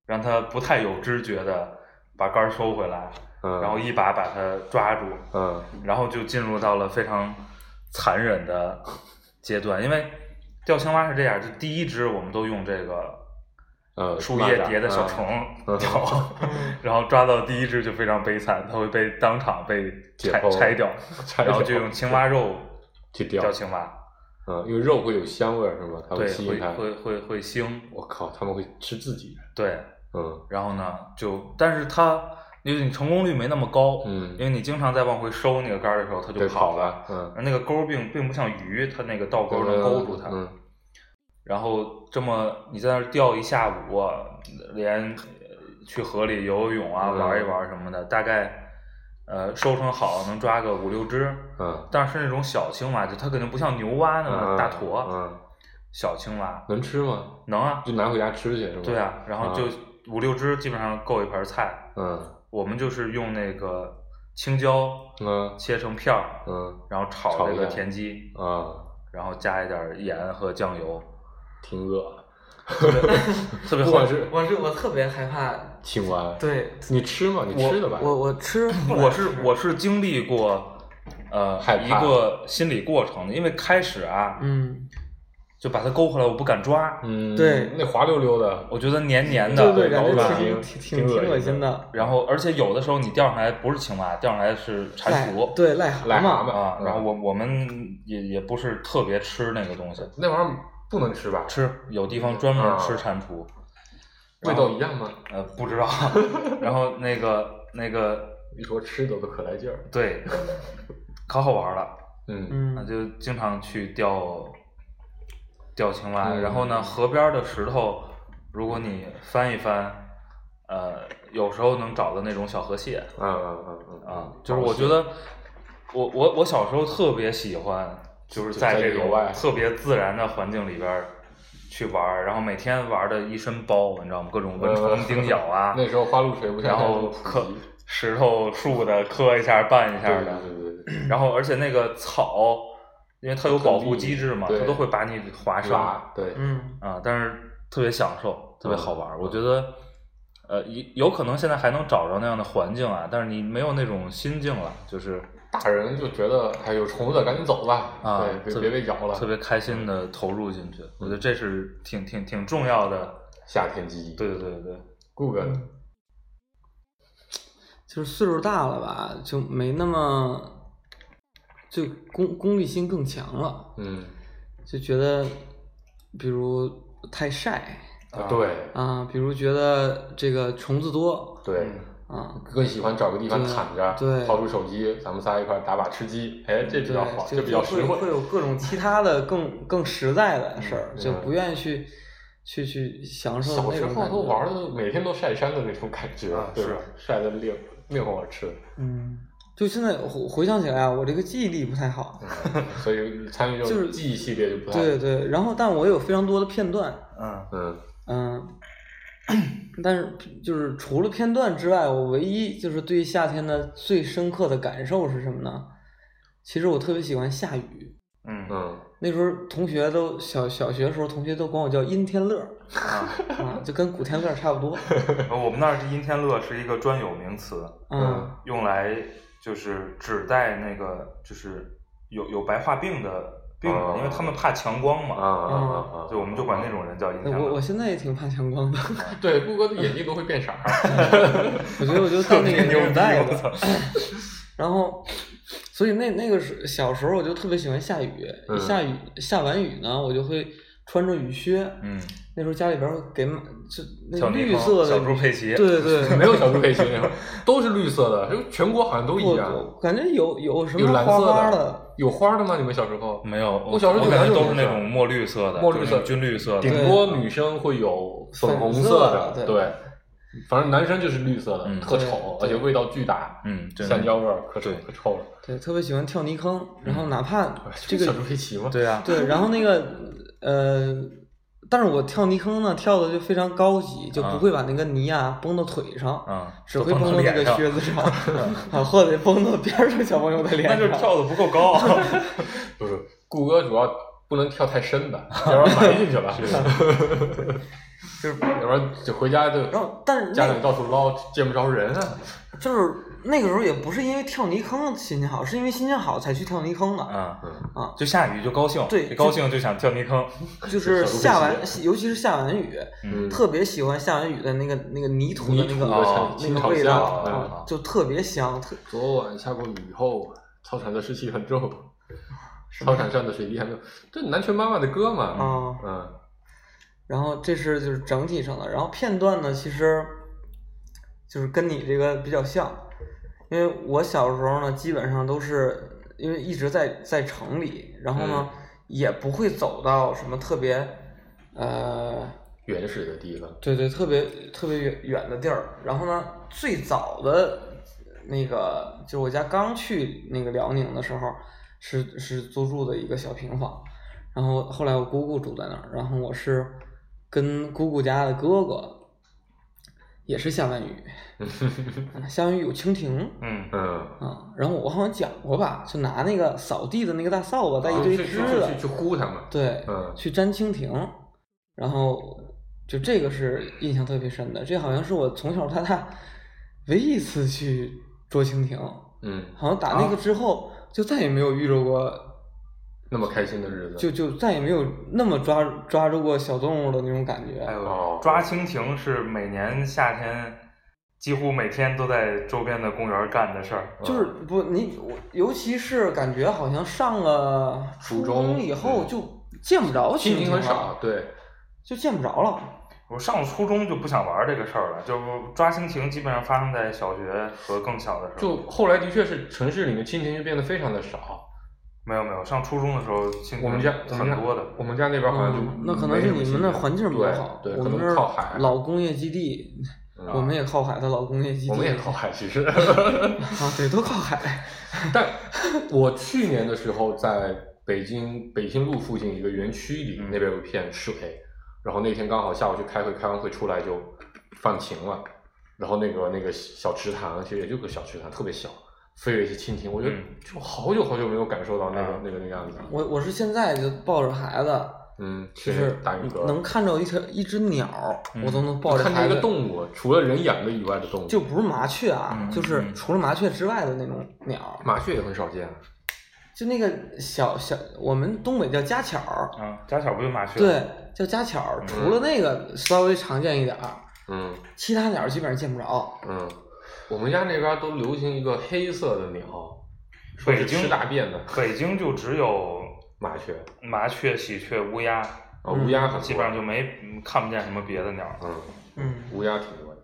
[SPEAKER 4] 让它不太有知觉的把杆儿收回来，
[SPEAKER 3] 嗯，
[SPEAKER 4] 然后一把把它抓住，
[SPEAKER 3] 嗯
[SPEAKER 4] 然后就进入到了非常残忍的阶段，因为钓青蛙是这样，就第一只我们都用这个
[SPEAKER 3] 呃，
[SPEAKER 4] 树叶
[SPEAKER 3] 蚂蚱
[SPEAKER 4] 叠的小虫，
[SPEAKER 3] 嗯
[SPEAKER 4] 钓， [LAUGHS] 然后抓到第一只就非常悲惨，它会被当场被
[SPEAKER 3] 解
[SPEAKER 4] 拆
[SPEAKER 3] 剖
[SPEAKER 4] 拆掉，
[SPEAKER 3] [LAUGHS] 拆
[SPEAKER 4] 然后
[SPEAKER 3] 掉
[SPEAKER 4] 就用青蛙肉
[SPEAKER 3] 去
[SPEAKER 4] 钓
[SPEAKER 3] 钓，
[SPEAKER 4] 青蛙，
[SPEAKER 3] 嗯，因为肉会有香味儿是吗？它
[SPEAKER 4] 对，
[SPEAKER 3] 吸引
[SPEAKER 4] 会
[SPEAKER 3] 它。
[SPEAKER 4] 会会会腥，
[SPEAKER 3] 我靠，他们会吃自己人。
[SPEAKER 4] 对，
[SPEAKER 3] 嗯
[SPEAKER 4] 然后呢，就但是它因为你成功率没那么高，
[SPEAKER 3] 嗯
[SPEAKER 4] 因，为你经常在往回收那个杆儿的时候，它就
[SPEAKER 3] 对，跑
[SPEAKER 4] 了。
[SPEAKER 3] 了，嗯，
[SPEAKER 4] 而那个钩并并不像鱼，它那个倒钩能勾住它。
[SPEAKER 3] 嗯
[SPEAKER 4] 然后这么你在那儿钓一下午啊、连呃去河里游游泳啊、
[SPEAKER 3] 嗯
[SPEAKER 4] 玩一玩什么的，大概呃收成好能抓个五六只。
[SPEAKER 3] 嗯，
[SPEAKER 4] 但是那种小青蛙，就它肯定不像牛蛙那么
[SPEAKER 3] 嗯
[SPEAKER 4] 大坨，
[SPEAKER 3] 嗯，
[SPEAKER 4] 小青蛙
[SPEAKER 3] 能吃吗？
[SPEAKER 4] 能啊，
[SPEAKER 3] 就拿回家吃去是吗？
[SPEAKER 4] 对，啊，然后就五六只基本上够一盘菜。
[SPEAKER 3] 嗯
[SPEAKER 4] 我们就是用那个青椒
[SPEAKER 3] 嗯
[SPEAKER 4] 切成片儿，
[SPEAKER 3] 嗯
[SPEAKER 4] 然后炒
[SPEAKER 3] 炒
[SPEAKER 4] 这
[SPEAKER 3] 一
[SPEAKER 4] 个
[SPEAKER 3] 下
[SPEAKER 4] 田鸡，
[SPEAKER 3] 啊，
[SPEAKER 4] 然后加一点盐和酱油，
[SPEAKER 3] 挺饿，
[SPEAKER 4] 特别特别
[SPEAKER 3] 不
[SPEAKER 4] 好
[SPEAKER 3] 管
[SPEAKER 4] 吃。
[SPEAKER 3] 是
[SPEAKER 2] 我是我特别害怕，
[SPEAKER 3] 青蛙，，
[SPEAKER 2] 对
[SPEAKER 3] 你吃吗？你吃的吧？
[SPEAKER 2] 我我吃，
[SPEAKER 4] 我是我是经历过呃
[SPEAKER 3] 害
[SPEAKER 4] 一
[SPEAKER 3] 怕
[SPEAKER 4] 个心理过程的，因为开始啊，
[SPEAKER 2] 嗯，
[SPEAKER 4] 就把它勾回来，我不敢抓，
[SPEAKER 3] 嗯，
[SPEAKER 2] 对
[SPEAKER 3] 那滑溜溜的，
[SPEAKER 4] 我觉得黏黏
[SPEAKER 2] 对
[SPEAKER 4] 的，
[SPEAKER 2] 对，感
[SPEAKER 3] 老
[SPEAKER 2] 觉
[SPEAKER 3] 板
[SPEAKER 2] 挺挺挺挺恶心的，
[SPEAKER 4] 然后而且有的时候你钓上来不是青蛙，钓上来是蟾
[SPEAKER 2] 癞
[SPEAKER 4] 蜍，
[SPEAKER 2] 对癞蛤
[SPEAKER 3] 癞蛤
[SPEAKER 2] 蟆，
[SPEAKER 3] 蟆
[SPEAKER 4] 啊，
[SPEAKER 3] 嗯
[SPEAKER 4] 然后我我们也也不是特别吃那个东西，
[SPEAKER 3] 那玩意儿不能吃吧？
[SPEAKER 4] 吃有地方专门吃
[SPEAKER 3] 啊
[SPEAKER 4] 蟾蜍，
[SPEAKER 3] 味道一样吗？
[SPEAKER 4] 呃，不知道。 [LAUGHS] 然后那个那个，
[SPEAKER 3] 一说吃的都可来劲儿。
[SPEAKER 4] 对，可好玩了，
[SPEAKER 3] 嗯
[SPEAKER 4] 啊
[SPEAKER 2] 嗯，
[SPEAKER 4] 就经常去钓钓青蛙。
[SPEAKER 3] 嗯
[SPEAKER 4] 然后呢，河边的石头，如果你翻一翻，呃，有时候能找到那种小河蟹
[SPEAKER 3] 嗯嗯嗯嗯
[SPEAKER 4] 啊。就是我觉得，我我我小时候特别喜欢，就是
[SPEAKER 3] 就
[SPEAKER 4] 在
[SPEAKER 3] 在
[SPEAKER 4] 这
[SPEAKER 3] 野
[SPEAKER 4] 种
[SPEAKER 3] 外
[SPEAKER 4] 特别自然的环境里边儿去玩儿，然后每天玩的一身包，你知道吗？各种蚊虫叮咬啊。
[SPEAKER 3] 呃 [LAUGHS] 那时候花露水不像
[SPEAKER 4] 然
[SPEAKER 3] 现在
[SPEAKER 4] 后
[SPEAKER 3] 这么普
[SPEAKER 4] 磕
[SPEAKER 3] 及
[SPEAKER 4] 石头树的磕一下绊一下
[SPEAKER 3] 对
[SPEAKER 4] 的，
[SPEAKER 3] 对对对对，
[SPEAKER 4] 然后而且那个草，因为它有保护机制嘛，
[SPEAKER 3] 对
[SPEAKER 4] 它都会把你划伤啊、
[SPEAKER 3] 拉对，
[SPEAKER 2] 嗯
[SPEAKER 4] 但是特别享受，特别好玩儿。
[SPEAKER 3] 嗯
[SPEAKER 4] 我觉得，呃，有有可能现在还能找着那样的环境啊，但是你没有那种心境了，就是
[SPEAKER 3] 大人就觉得哎有虫子赶紧走吧，
[SPEAKER 4] 啊，
[SPEAKER 3] 对，
[SPEAKER 4] 特
[SPEAKER 3] 别别被咬了，嗯
[SPEAKER 4] 特别开心的投入进去。我觉得这是挺挺挺重要的。
[SPEAKER 3] 夏天记忆。
[SPEAKER 4] 对对对对，
[SPEAKER 3] 顾哥呢，
[SPEAKER 2] 就是岁数大了吧，就没那么，就功功利心更强了，
[SPEAKER 3] 嗯，
[SPEAKER 2] 就觉得，比如太晒
[SPEAKER 4] 啊
[SPEAKER 3] 嗯对
[SPEAKER 2] 啊，比如觉得这个虫子多
[SPEAKER 3] 对，
[SPEAKER 4] 嗯
[SPEAKER 2] 啊，
[SPEAKER 3] 更喜欢找个地方
[SPEAKER 2] 对
[SPEAKER 3] 躺着，
[SPEAKER 2] 对
[SPEAKER 3] 掏出手机，咱们仨一块儿打把吃鸡，哎，这比较好，
[SPEAKER 2] 对
[SPEAKER 3] 这比较
[SPEAKER 2] 就
[SPEAKER 3] 实
[SPEAKER 2] 会会
[SPEAKER 3] 惠。
[SPEAKER 2] 有各种其他的更更实在的事儿，
[SPEAKER 3] 嗯
[SPEAKER 2] 就不愿意去去去享受
[SPEAKER 3] 小
[SPEAKER 2] 那
[SPEAKER 3] 时
[SPEAKER 2] 种
[SPEAKER 3] 候
[SPEAKER 2] 感
[SPEAKER 3] 都
[SPEAKER 2] 觉。
[SPEAKER 3] 玩的，每天都晒衫的那种感觉
[SPEAKER 4] 啊，
[SPEAKER 3] [LAUGHS] 对
[SPEAKER 4] 是
[SPEAKER 3] 吧？晒的令令我吃的，
[SPEAKER 2] 嗯，就现在回回想起来啊，我这个记忆力不太好。
[SPEAKER 3] 嗯所以参与这
[SPEAKER 2] 就
[SPEAKER 3] 种
[SPEAKER 2] 是
[SPEAKER 3] 记忆系列就不太
[SPEAKER 2] 对对，然后但我有非常多的片段，
[SPEAKER 4] 嗯
[SPEAKER 3] 嗯
[SPEAKER 2] 嗯，但是就是除了片段之外，我唯一就是对夏天的最深刻的感受是什么呢？其实我特别喜欢下雨。
[SPEAKER 4] 嗯
[SPEAKER 3] 嗯
[SPEAKER 2] 那时候同学都小小学的时候，同学都管我叫阴天乐儿
[SPEAKER 4] 啊，
[SPEAKER 2] 啊，就跟古天乐差不
[SPEAKER 4] [LAUGHS]
[SPEAKER 2] 多。
[SPEAKER 4] 我们那儿是阴天乐是一个专有名词。
[SPEAKER 2] 嗯
[SPEAKER 4] 用来就是指代那个就是有有白化病的病人，
[SPEAKER 3] 哦
[SPEAKER 4] 因为他们怕强光
[SPEAKER 3] 啊
[SPEAKER 4] 嘛，
[SPEAKER 3] 啊啊
[SPEAKER 2] 嗯
[SPEAKER 3] 啊！
[SPEAKER 4] 就我们就管那种人叫阴
[SPEAKER 2] 哎
[SPEAKER 4] 天
[SPEAKER 2] 我
[SPEAKER 4] 乐
[SPEAKER 2] 我。现在也挺怕强
[SPEAKER 4] [LAUGHS]
[SPEAKER 2] 光的，
[SPEAKER 3] 啊对顾哥的眼睛都会变色儿。
[SPEAKER 2] [LAUGHS] 我觉得我就到那
[SPEAKER 4] [LAUGHS]
[SPEAKER 2] 个
[SPEAKER 4] 牛
[SPEAKER 2] 年
[SPEAKER 4] 逼
[SPEAKER 2] 代
[SPEAKER 4] 我
[SPEAKER 2] 了。然后，所以那那个时小时候我就特别喜欢下雨，一
[SPEAKER 3] 嗯
[SPEAKER 2] 下雨下完雨呢，我就会穿着雨靴，
[SPEAKER 4] 嗯，
[SPEAKER 2] 那时候家里边会给买就那
[SPEAKER 4] 小
[SPEAKER 2] 个
[SPEAKER 4] 蜜
[SPEAKER 2] 绿
[SPEAKER 4] 蜂
[SPEAKER 2] 色的
[SPEAKER 4] 小猪佩奇
[SPEAKER 2] 对
[SPEAKER 4] [LAUGHS]
[SPEAKER 2] 对，
[SPEAKER 3] [LAUGHS] 没有小猪佩奇那会儿，都是绿色的，就全国好像都一
[SPEAKER 2] 我
[SPEAKER 3] 样。
[SPEAKER 2] 我感觉有有什
[SPEAKER 3] 有
[SPEAKER 2] 么
[SPEAKER 3] 蓝
[SPEAKER 2] 花
[SPEAKER 3] 色
[SPEAKER 2] 花
[SPEAKER 3] 的，，有花的吗？你们小时候？
[SPEAKER 4] 没有，我
[SPEAKER 3] 我小时
[SPEAKER 4] 我
[SPEAKER 3] 候就
[SPEAKER 4] 感
[SPEAKER 3] 拿
[SPEAKER 4] 觉
[SPEAKER 3] 这
[SPEAKER 4] 都是
[SPEAKER 3] 种
[SPEAKER 4] 那
[SPEAKER 3] 颜色
[SPEAKER 4] 种墨绿色的，
[SPEAKER 3] 墨
[SPEAKER 4] 就
[SPEAKER 3] 绿
[SPEAKER 4] 是
[SPEAKER 3] 色
[SPEAKER 4] 那种军绿色的，
[SPEAKER 3] 顶多女生会有粉红的，
[SPEAKER 2] 粉色的对
[SPEAKER 3] 对，反正男生就是绿色的，
[SPEAKER 4] 嗯
[SPEAKER 3] 特丑，而
[SPEAKER 2] 对
[SPEAKER 3] 且味道巨大，
[SPEAKER 4] 嗯，真的
[SPEAKER 3] 香蕉味儿，可
[SPEAKER 4] 对
[SPEAKER 3] 可臭了。
[SPEAKER 2] 对，特别喜欢跳泥坑，然后哪怕
[SPEAKER 4] 嗯
[SPEAKER 2] 这
[SPEAKER 3] 小
[SPEAKER 2] 个
[SPEAKER 3] 猪佩奇吗？
[SPEAKER 4] 对啊，
[SPEAKER 2] 对，然后那个呃，但是我跳泥坑呢，跳的就非常高级，就
[SPEAKER 4] 啊
[SPEAKER 2] 不会把那个泥啊崩到腿上，
[SPEAKER 4] 嗯，
[SPEAKER 2] 只会
[SPEAKER 4] 都
[SPEAKER 2] 崩
[SPEAKER 4] 到
[SPEAKER 2] 到那个
[SPEAKER 4] 脸上
[SPEAKER 2] 靴子
[SPEAKER 4] [LAUGHS]
[SPEAKER 2] 上， [LAUGHS] 啊，或者崩到边上小朋友的脸
[SPEAKER 4] 那
[SPEAKER 2] 上。
[SPEAKER 4] 就是跳的不够 [LAUGHS] 高，啊
[SPEAKER 3] 不是，谷歌主要不能跳太深的，要不然埋进去
[SPEAKER 4] [LAUGHS]
[SPEAKER 3] 了，
[SPEAKER 4] 就是
[SPEAKER 3] 要不然 [LAUGHS] 就回家就
[SPEAKER 2] 然后，但是
[SPEAKER 3] 家
[SPEAKER 2] 那
[SPEAKER 3] 里到处捞，见不着人啊。
[SPEAKER 2] 就是那个时候也不是因为跳泥坑心情好，是因为心情好才去跳泥坑的。
[SPEAKER 4] 啊
[SPEAKER 3] 嗯
[SPEAKER 2] 啊，
[SPEAKER 4] 就下雨就高兴，
[SPEAKER 2] 对
[SPEAKER 4] 一高兴就想跳泥坑，
[SPEAKER 2] 就是
[SPEAKER 3] 小猪佩
[SPEAKER 2] 下
[SPEAKER 3] 奇
[SPEAKER 2] 完，尤其是下完雨，
[SPEAKER 4] 嗯
[SPEAKER 2] 特别喜欢下完雨的那个那个泥土的
[SPEAKER 3] 泥
[SPEAKER 2] 那
[SPEAKER 3] 土
[SPEAKER 2] 个
[SPEAKER 4] 啊
[SPEAKER 3] 的
[SPEAKER 2] 那
[SPEAKER 3] 青
[SPEAKER 2] 个
[SPEAKER 3] 草
[SPEAKER 2] 味
[SPEAKER 3] 香
[SPEAKER 2] 道，
[SPEAKER 4] 啊
[SPEAKER 3] 啊。
[SPEAKER 2] 就特别香，特
[SPEAKER 3] 昨晚下过雨后，操场的湿气很重，
[SPEAKER 2] 是
[SPEAKER 3] [LAUGHS] 操场上的水滴还没有。这南拳妈妈的歌嘛，
[SPEAKER 2] 啊。
[SPEAKER 3] 嗯，
[SPEAKER 2] 然后这是就是整体上的，然后片段呢，其实就是跟你这个比较像，因为我小时候呢，基本上都是因为一直在在城里，然后
[SPEAKER 3] 嗯
[SPEAKER 2] 呢、也不会走到什么特别呃，
[SPEAKER 3] 原始的地方，
[SPEAKER 2] 对对，特别特别远远的地儿。然后呢，最早的那个就是我家刚去那个辽宁的时候，是是租住的一个小平房，然后后来我姑姑住在那儿，然后我是跟姑姑家的哥哥，也是下完
[SPEAKER 3] [LAUGHS]
[SPEAKER 2] 雨，啊下完雨有蜻蜓。
[SPEAKER 4] 嗯，
[SPEAKER 3] 嗯，
[SPEAKER 2] 啊、然后我好像讲过吧，就拿那个扫地的那个大扫把带一堆
[SPEAKER 3] 啊哦去去
[SPEAKER 2] 枝
[SPEAKER 3] 去
[SPEAKER 2] 子，
[SPEAKER 3] 去去呼他们，
[SPEAKER 2] 对，
[SPEAKER 3] 嗯
[SPEAKER 2] 去粘蜻蜓，然后就这个是印象特别深的，这好像是我从小到大唯一一次去捉蜻蜓，
[SPEAKER 3] 嗯，
[SPEAKER 2] 好像打那个之后、就再也没有遇着过，
[SPEAKER 3] 那么开心的日子，
[SPEAKER 2] 就就再也没有那么抓抓住过小动物的那种感觉。
[SPEAKER 4] 还有
[SPEAKER 3] 哦
[SPEAKER 4] 抓蜻蜓是每年夏天几乎每天都在周边的公园干的事儿，
[SPEAKER 2] 就是不你我，尤其是感觉好像上了
[SPEAKER 3] 初
[SPEAKER 2] 中
[SPEAKER 3] 中
[SPEAKER 2] 以后
[SPEAKER 3] 嗯
[SPEAKER 2] 就见不着蜻
[SPEAKER 3] 蜻蜓
[SPEAKER 2] 蜓
[SPEAKER 3] 很
[SPEAKER 2] 了，
[SPEAKER 3] 少，对，
[SPEAKER 2] 就见不着了。
[SPEAKER 4] 我上初中就不想玩这个事儿了，就抓蜻蜓基本上发生在小学和更小的时候。
[SPEAKER 3] 就后来的确是城市里面蜻蜓就变得非常的少，
[SPEAKER 4] 没有没有，上初中的时候蜻蜓
[SPEAKER 3] 我们家我
[SPEAKER 4] 嗯
[SPEAKER 3] 们
[SPEAKER 4] 很
[SPEAKER 3] 家
[SPEAKER 4] 多的，
[SPEAKER 3] 我们家那边好像就
[SPEAKER 2] 嗯那可能是你们那环境比较好，
[SPEAKER 3] 对，对
[SPEAKER 2] 我
[SPEAKER 3] 可
[SPEAKER 2] 们
[SPEAKER 3] 能
[SPEAKER 2] 那
[SPEAKER 3] 靠海啊
[SPEAKER 2] 儿，老工业基地，我们也靠海，它老工业基地，
[SPEAKER 3] 我们也靠海，其实。
[SPEAKER 2] [LAUGHS] 啊，对，都靠海，
[SPEAKER 3] [LAUGHS] 但我去年的时候在北京北京路附近一个园区里，
[SPEAKER 4] 嗯
[SPEAKER 3] 那边有一片水，然后那天刚好下午去开会，开完会出来就放晴了，然后那个那个小池塘，其实也就个小池塘，特别小，飞了一些蜻蜓，我觉得
[SPEAKER 4] 嗯
[SPEAKER 3] 就好久好久没有感受到那个、
[SPEAKER 4] 啊
[SPEAKER 2] 嗯
[SPEAKER 3] 那个那个样子了。
[SPEAKER 2] 我我是现在就抱着孩子，
[SPEAKER 3] 嗯，去
[SPEAKER 2] 就
[SPEAKER 3] 年
[SPEAKER 2] 是
[SPEAKER 3] 大雨哥
[SPEAKER 2] 能看着一条一只鸟儿，
[SPEAKER 4] 嗯
[SPEAKER 2] 我都能抱
[SPEAKER 3] 就
[SPEAKER 2] 着
[SPEAKER 3] 看见
[SPEAKER 2] 孩
[SPEAKER 3] 一
[SPEAKER 2] 子
[SPEAKER 3] 个，动物，除了人养的以外的动物，
[SPEAKER 2] 就不是麻雀啊
[SPEAKER 4] 嗯，
[SPEAKER 2] 就是
[SPEAKER 4] 嗯
[SPEAKER 2] 除了麻雀之外的那种鸟儿，
[SPEAKER 3] 麻雀也很少见。
[SPEAKER 2] 就那个小小，我们东北叫家巧儿，
[SPEAKER 4] 啊，家巧不就麻雀？
[SPEAKER 2] 对，叫家巧儿，除了那个稍微常见一点儿，
[SPEAKER 3] 嗯
[SPEAKER 2] 其他鸟儿基本上见不着，
[SPEAKER 3] 嗯，我们家那边都流行一个黑色的鸟，说
[SPEAKER 4] 北
[SPEAKER 3] 是
[SPEAKER 4] 京
[SPEAKER 3] 吃大便的
[SPEAKER 4] [LAUGHS] 北京就只有
[SPEAKER 3] 麻雀。
[SPEAKER 4] 麻雀、喜鹊、乌鸦，
[SPEAKER 3] 啊，
[SPEAKER 2] 嗯
[SPEAKER 3] 乌鸦很多
[SPEAKER 4] 基本上就没嗯看不见什么别的鸟儿。
[SPEAKER 3] 嗯，
[SPEAKER 2] 嗯，
[SPEAKER 3] 乌鸦挺多的。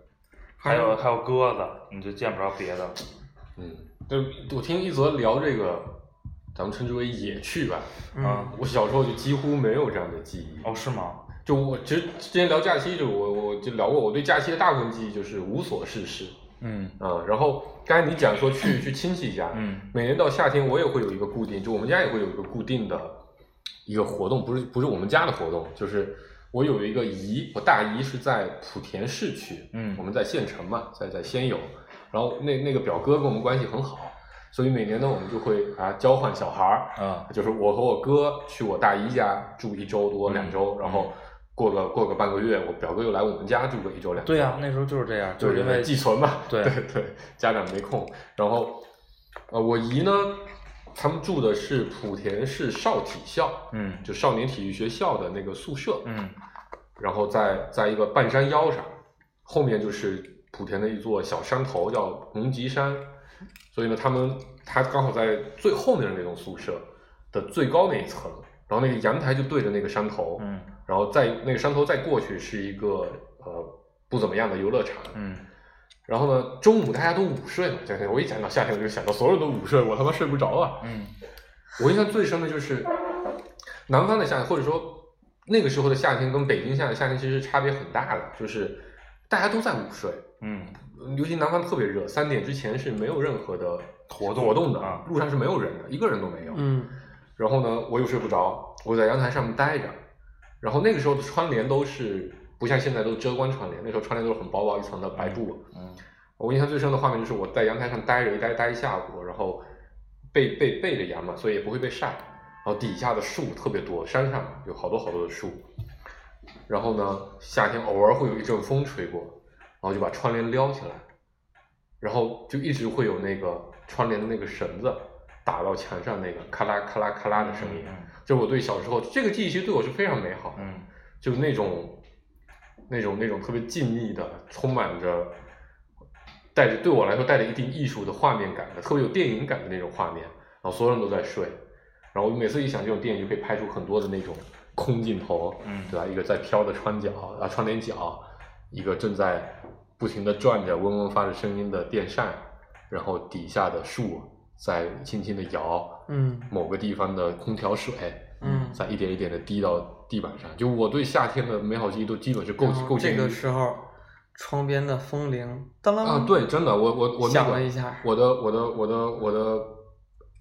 [SPEAKER 4] 还有还有鸽子，你就见不着别的。
[SPEAKER 3] 嗯，就我听一泽聊这个，咱们称之为野趣吧。
[SPEAKER 2] 嗯
[SPEAKER 4] 啊
[SPEAKER 3] 我小时候就几乎没有这样的记忆。
[SPEAKER 4] 哦，是吗？
[SPEAKER 3] 就我其实之前聊假期，就我我就聊过，我对假期的大部分记忆就是无所事事
[SPEAKER 4] 嗯
[SPEAKER 3] 啊、然后刚才你讲说去去亲戚家，
[SPEAKER 4] 嗯
[SPEAKER 3] 每年到夏天我也会有一个固定，就我们家也会有一个固定的一个活动，不是不是我们家的活动，就是我有一个姨，我大姨是在莆田市区，
[SPEAKER 4] 嗯
[SPEAKER 3] 我们在县城嘛，在在仙游，然后那那个表哥跟我们关系很好，所以每年呢我们就会啊交换小孩儿，
[SPEAKER 4] 啊
[SPEAKER 3] 就是我和我哥去我大姨家住一周多
[SPEAKER 4] 嗯
[SPEAKER 3] 两周，然后过个过个半个月，我表哥又来我们家住个一周两周，
[SPEAKER 4] 对呀、那时候就是这样，就
[SPEAKER 3] 就是是
[SPEAKER 4] 因
[SPEAKER 3] 因为
[SPEAKER 4] 为
[SPEAKER 3] 寄存嘛，
[SPEAKER 4] 对
[SPEAKER 3] [LAUGHS] 对家长没空。然后，呃，我姨呢，他们住的是莆田市少体校，
[SPEAKER 4] 嗯
[SPEAKER 3] 就少年体育学校的那个宿舍，
[SPEAKER 4] 嗯
[SPEAKER 3] 然后在在一个半山腰上，后面就是莆田的一座小山头，叫龙脊山。所以呢，他们他刚好在最后面的那栋宿舍的最高那一层，然后那个阳台就对着那个山头，
[SPEAKER 4] 嗯
[SPEAKER 3] 然后再那个山头再过去是一个呃不怎么样的游乐场，
[SPEAKER 4] 嗯，
[SPEAKER 3] 然后呢中午大家都午睡嘛，对对，我一想到夏天我就想到所有人都午睡，我他妈睡不着啊。
[SPEAKER 4] 嗯，
[SPEAKER 3] 我印象最深的就是南方的夏天，或者说那个时候的夏天跟北京现在的夏天其实差别很大的，就是大家都在午睡，
[SPEAKER 4] 嗯，
[SPEAKER 3] 尤其南方特别热，三点之前是没有任何的
[SPEAKER 4] 活动
[SPEAKER 3] 活动的
[SPEAKER 4] 啊，
[SPEAKER 3] 路上是没有人的，一个人都没有。
[SPEAKER 2] 嗯
[SPEAKER 3] 然后呢，我又睡不着，我在阳台上面待着。然后那个时候的窗帘都是不像现在都是遮光窗帘，那时候窗帘都是很薄薄一层的白布。啊
[SPEAKER 4] 嗯，
[SPEAKER 3] 我印象最深的画面就是我在阳台上待着，一待待一下午，然后背背背着阳嘛，所以也不会被晒。然后底下的树特别多，山上有好多好多的树。然后呢，夏天偶尔会有一阵风吹过，然后就把窗帘撩起来，然后就一直会有那个窗帘的那个绳子打到墙上那个咔啦咔啦咔啦的声音。就我对小时候这个记忆，其实对我是非常美好的。
[SPEAKER 4] 嗯，
[SPEAKER 3] 就是那种那种那种特别静谧的，充满着带着对我来说带着一定艺术的画面感的，特别有电影感的那种画面。然后所有人都在睡，然后我每次一想这种电影，就可以拍出很多的那种空镜头，
[SPEAKER 4] 嗯
[SPEAKER 3] 对吧？一个在飘的川角啊窗帘角，一个正在不停的转着嗡嗡发着声音的电扇，然后底下的树在轻轻的摇，
[SPEAKER 2] 嗯
[SPEAKER 3] 某个地方的空调水，
[SPEAKER 2] 嗯，
[SPEAKER 3] 再一点一点的滴到地板上。就我对夏天的美好记忆都基本是构
[SPEAKER 4] 嗯
[SPEAKER 2] 然后
[SPEAKER 3] 构建
[SPEAKER 2] 这
[SPEAKER 3] 于
[SPEAKER 2] 个时候，窗边的风铃当啷
[SPEAKER 3] 啊，对，真的，我我我那
[SPEAKER 2] 响
[SPEAKER 3] 个
[SPEAKER 2] 了一下
[SPEAKER 3] 我的我的我的我的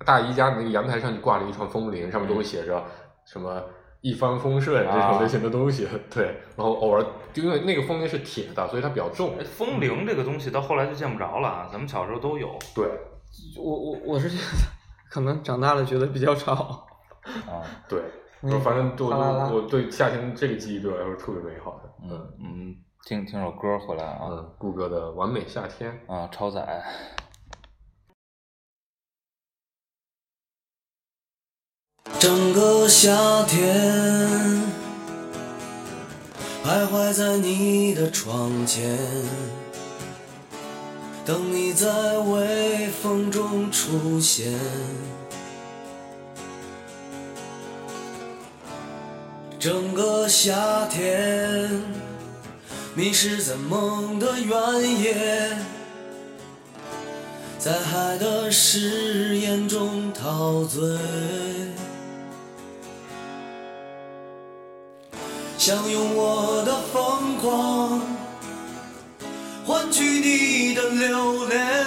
[SPEAKER 3] 大姨家的那个阳台上就挂了一串风铃，上面都会写着什么“一帆风顺”这
[SPEAKER 4] 嗯啊
[SPEAKER 3] 种类型的东西。对，然后偶尔就因为那个风铃是铁的，所以它比较重。
[SPEAKER 4] 哎风铃这个东西到后来就见不着了啊，咱们小时候都有
[SPEAKER 3] 对，
[SPEAKER 2] 我我我是觉得，可能长大了觉得比较吵。
[SPEAKER 4] 啊，
[SPEAKER 3] 对，
[SPEAKER 2] 嗯
[SPEAKER 3] 反正我
[SPEAKER 2] 哗啦啦
[SPEAKER 3] 我我对夏天这个记忆对我来说是特别美好的。
[SPEAKER 4] 嗯嗯，听听首歌回来啊，
[SPEAKER 3] 嗯，顾哥的完美夏天。
[SPEAKER 4] 啊，超载，
[SPEAKER 5] 整个夏天，徘徊在你的窗前，等你在微风中出现。整个夏天，迷失在梦的原野，在海的誓言中陶醉。想用我的疯狂换取你的留恋，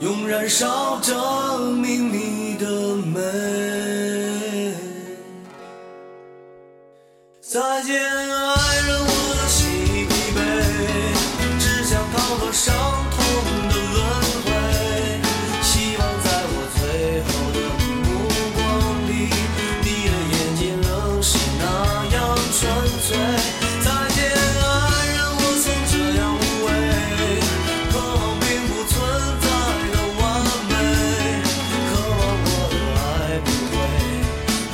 [SPEAKER 5] 用燃烧证明你的美。再见，爱人，我的心已疲惫，只想逃脱伤痛的轮回。希望在我最后的目光里，你的眼睛仍是那样纯粹。再见，爱人，我曾这样无畏，渴望并不存在的完美，渴望我的爱不会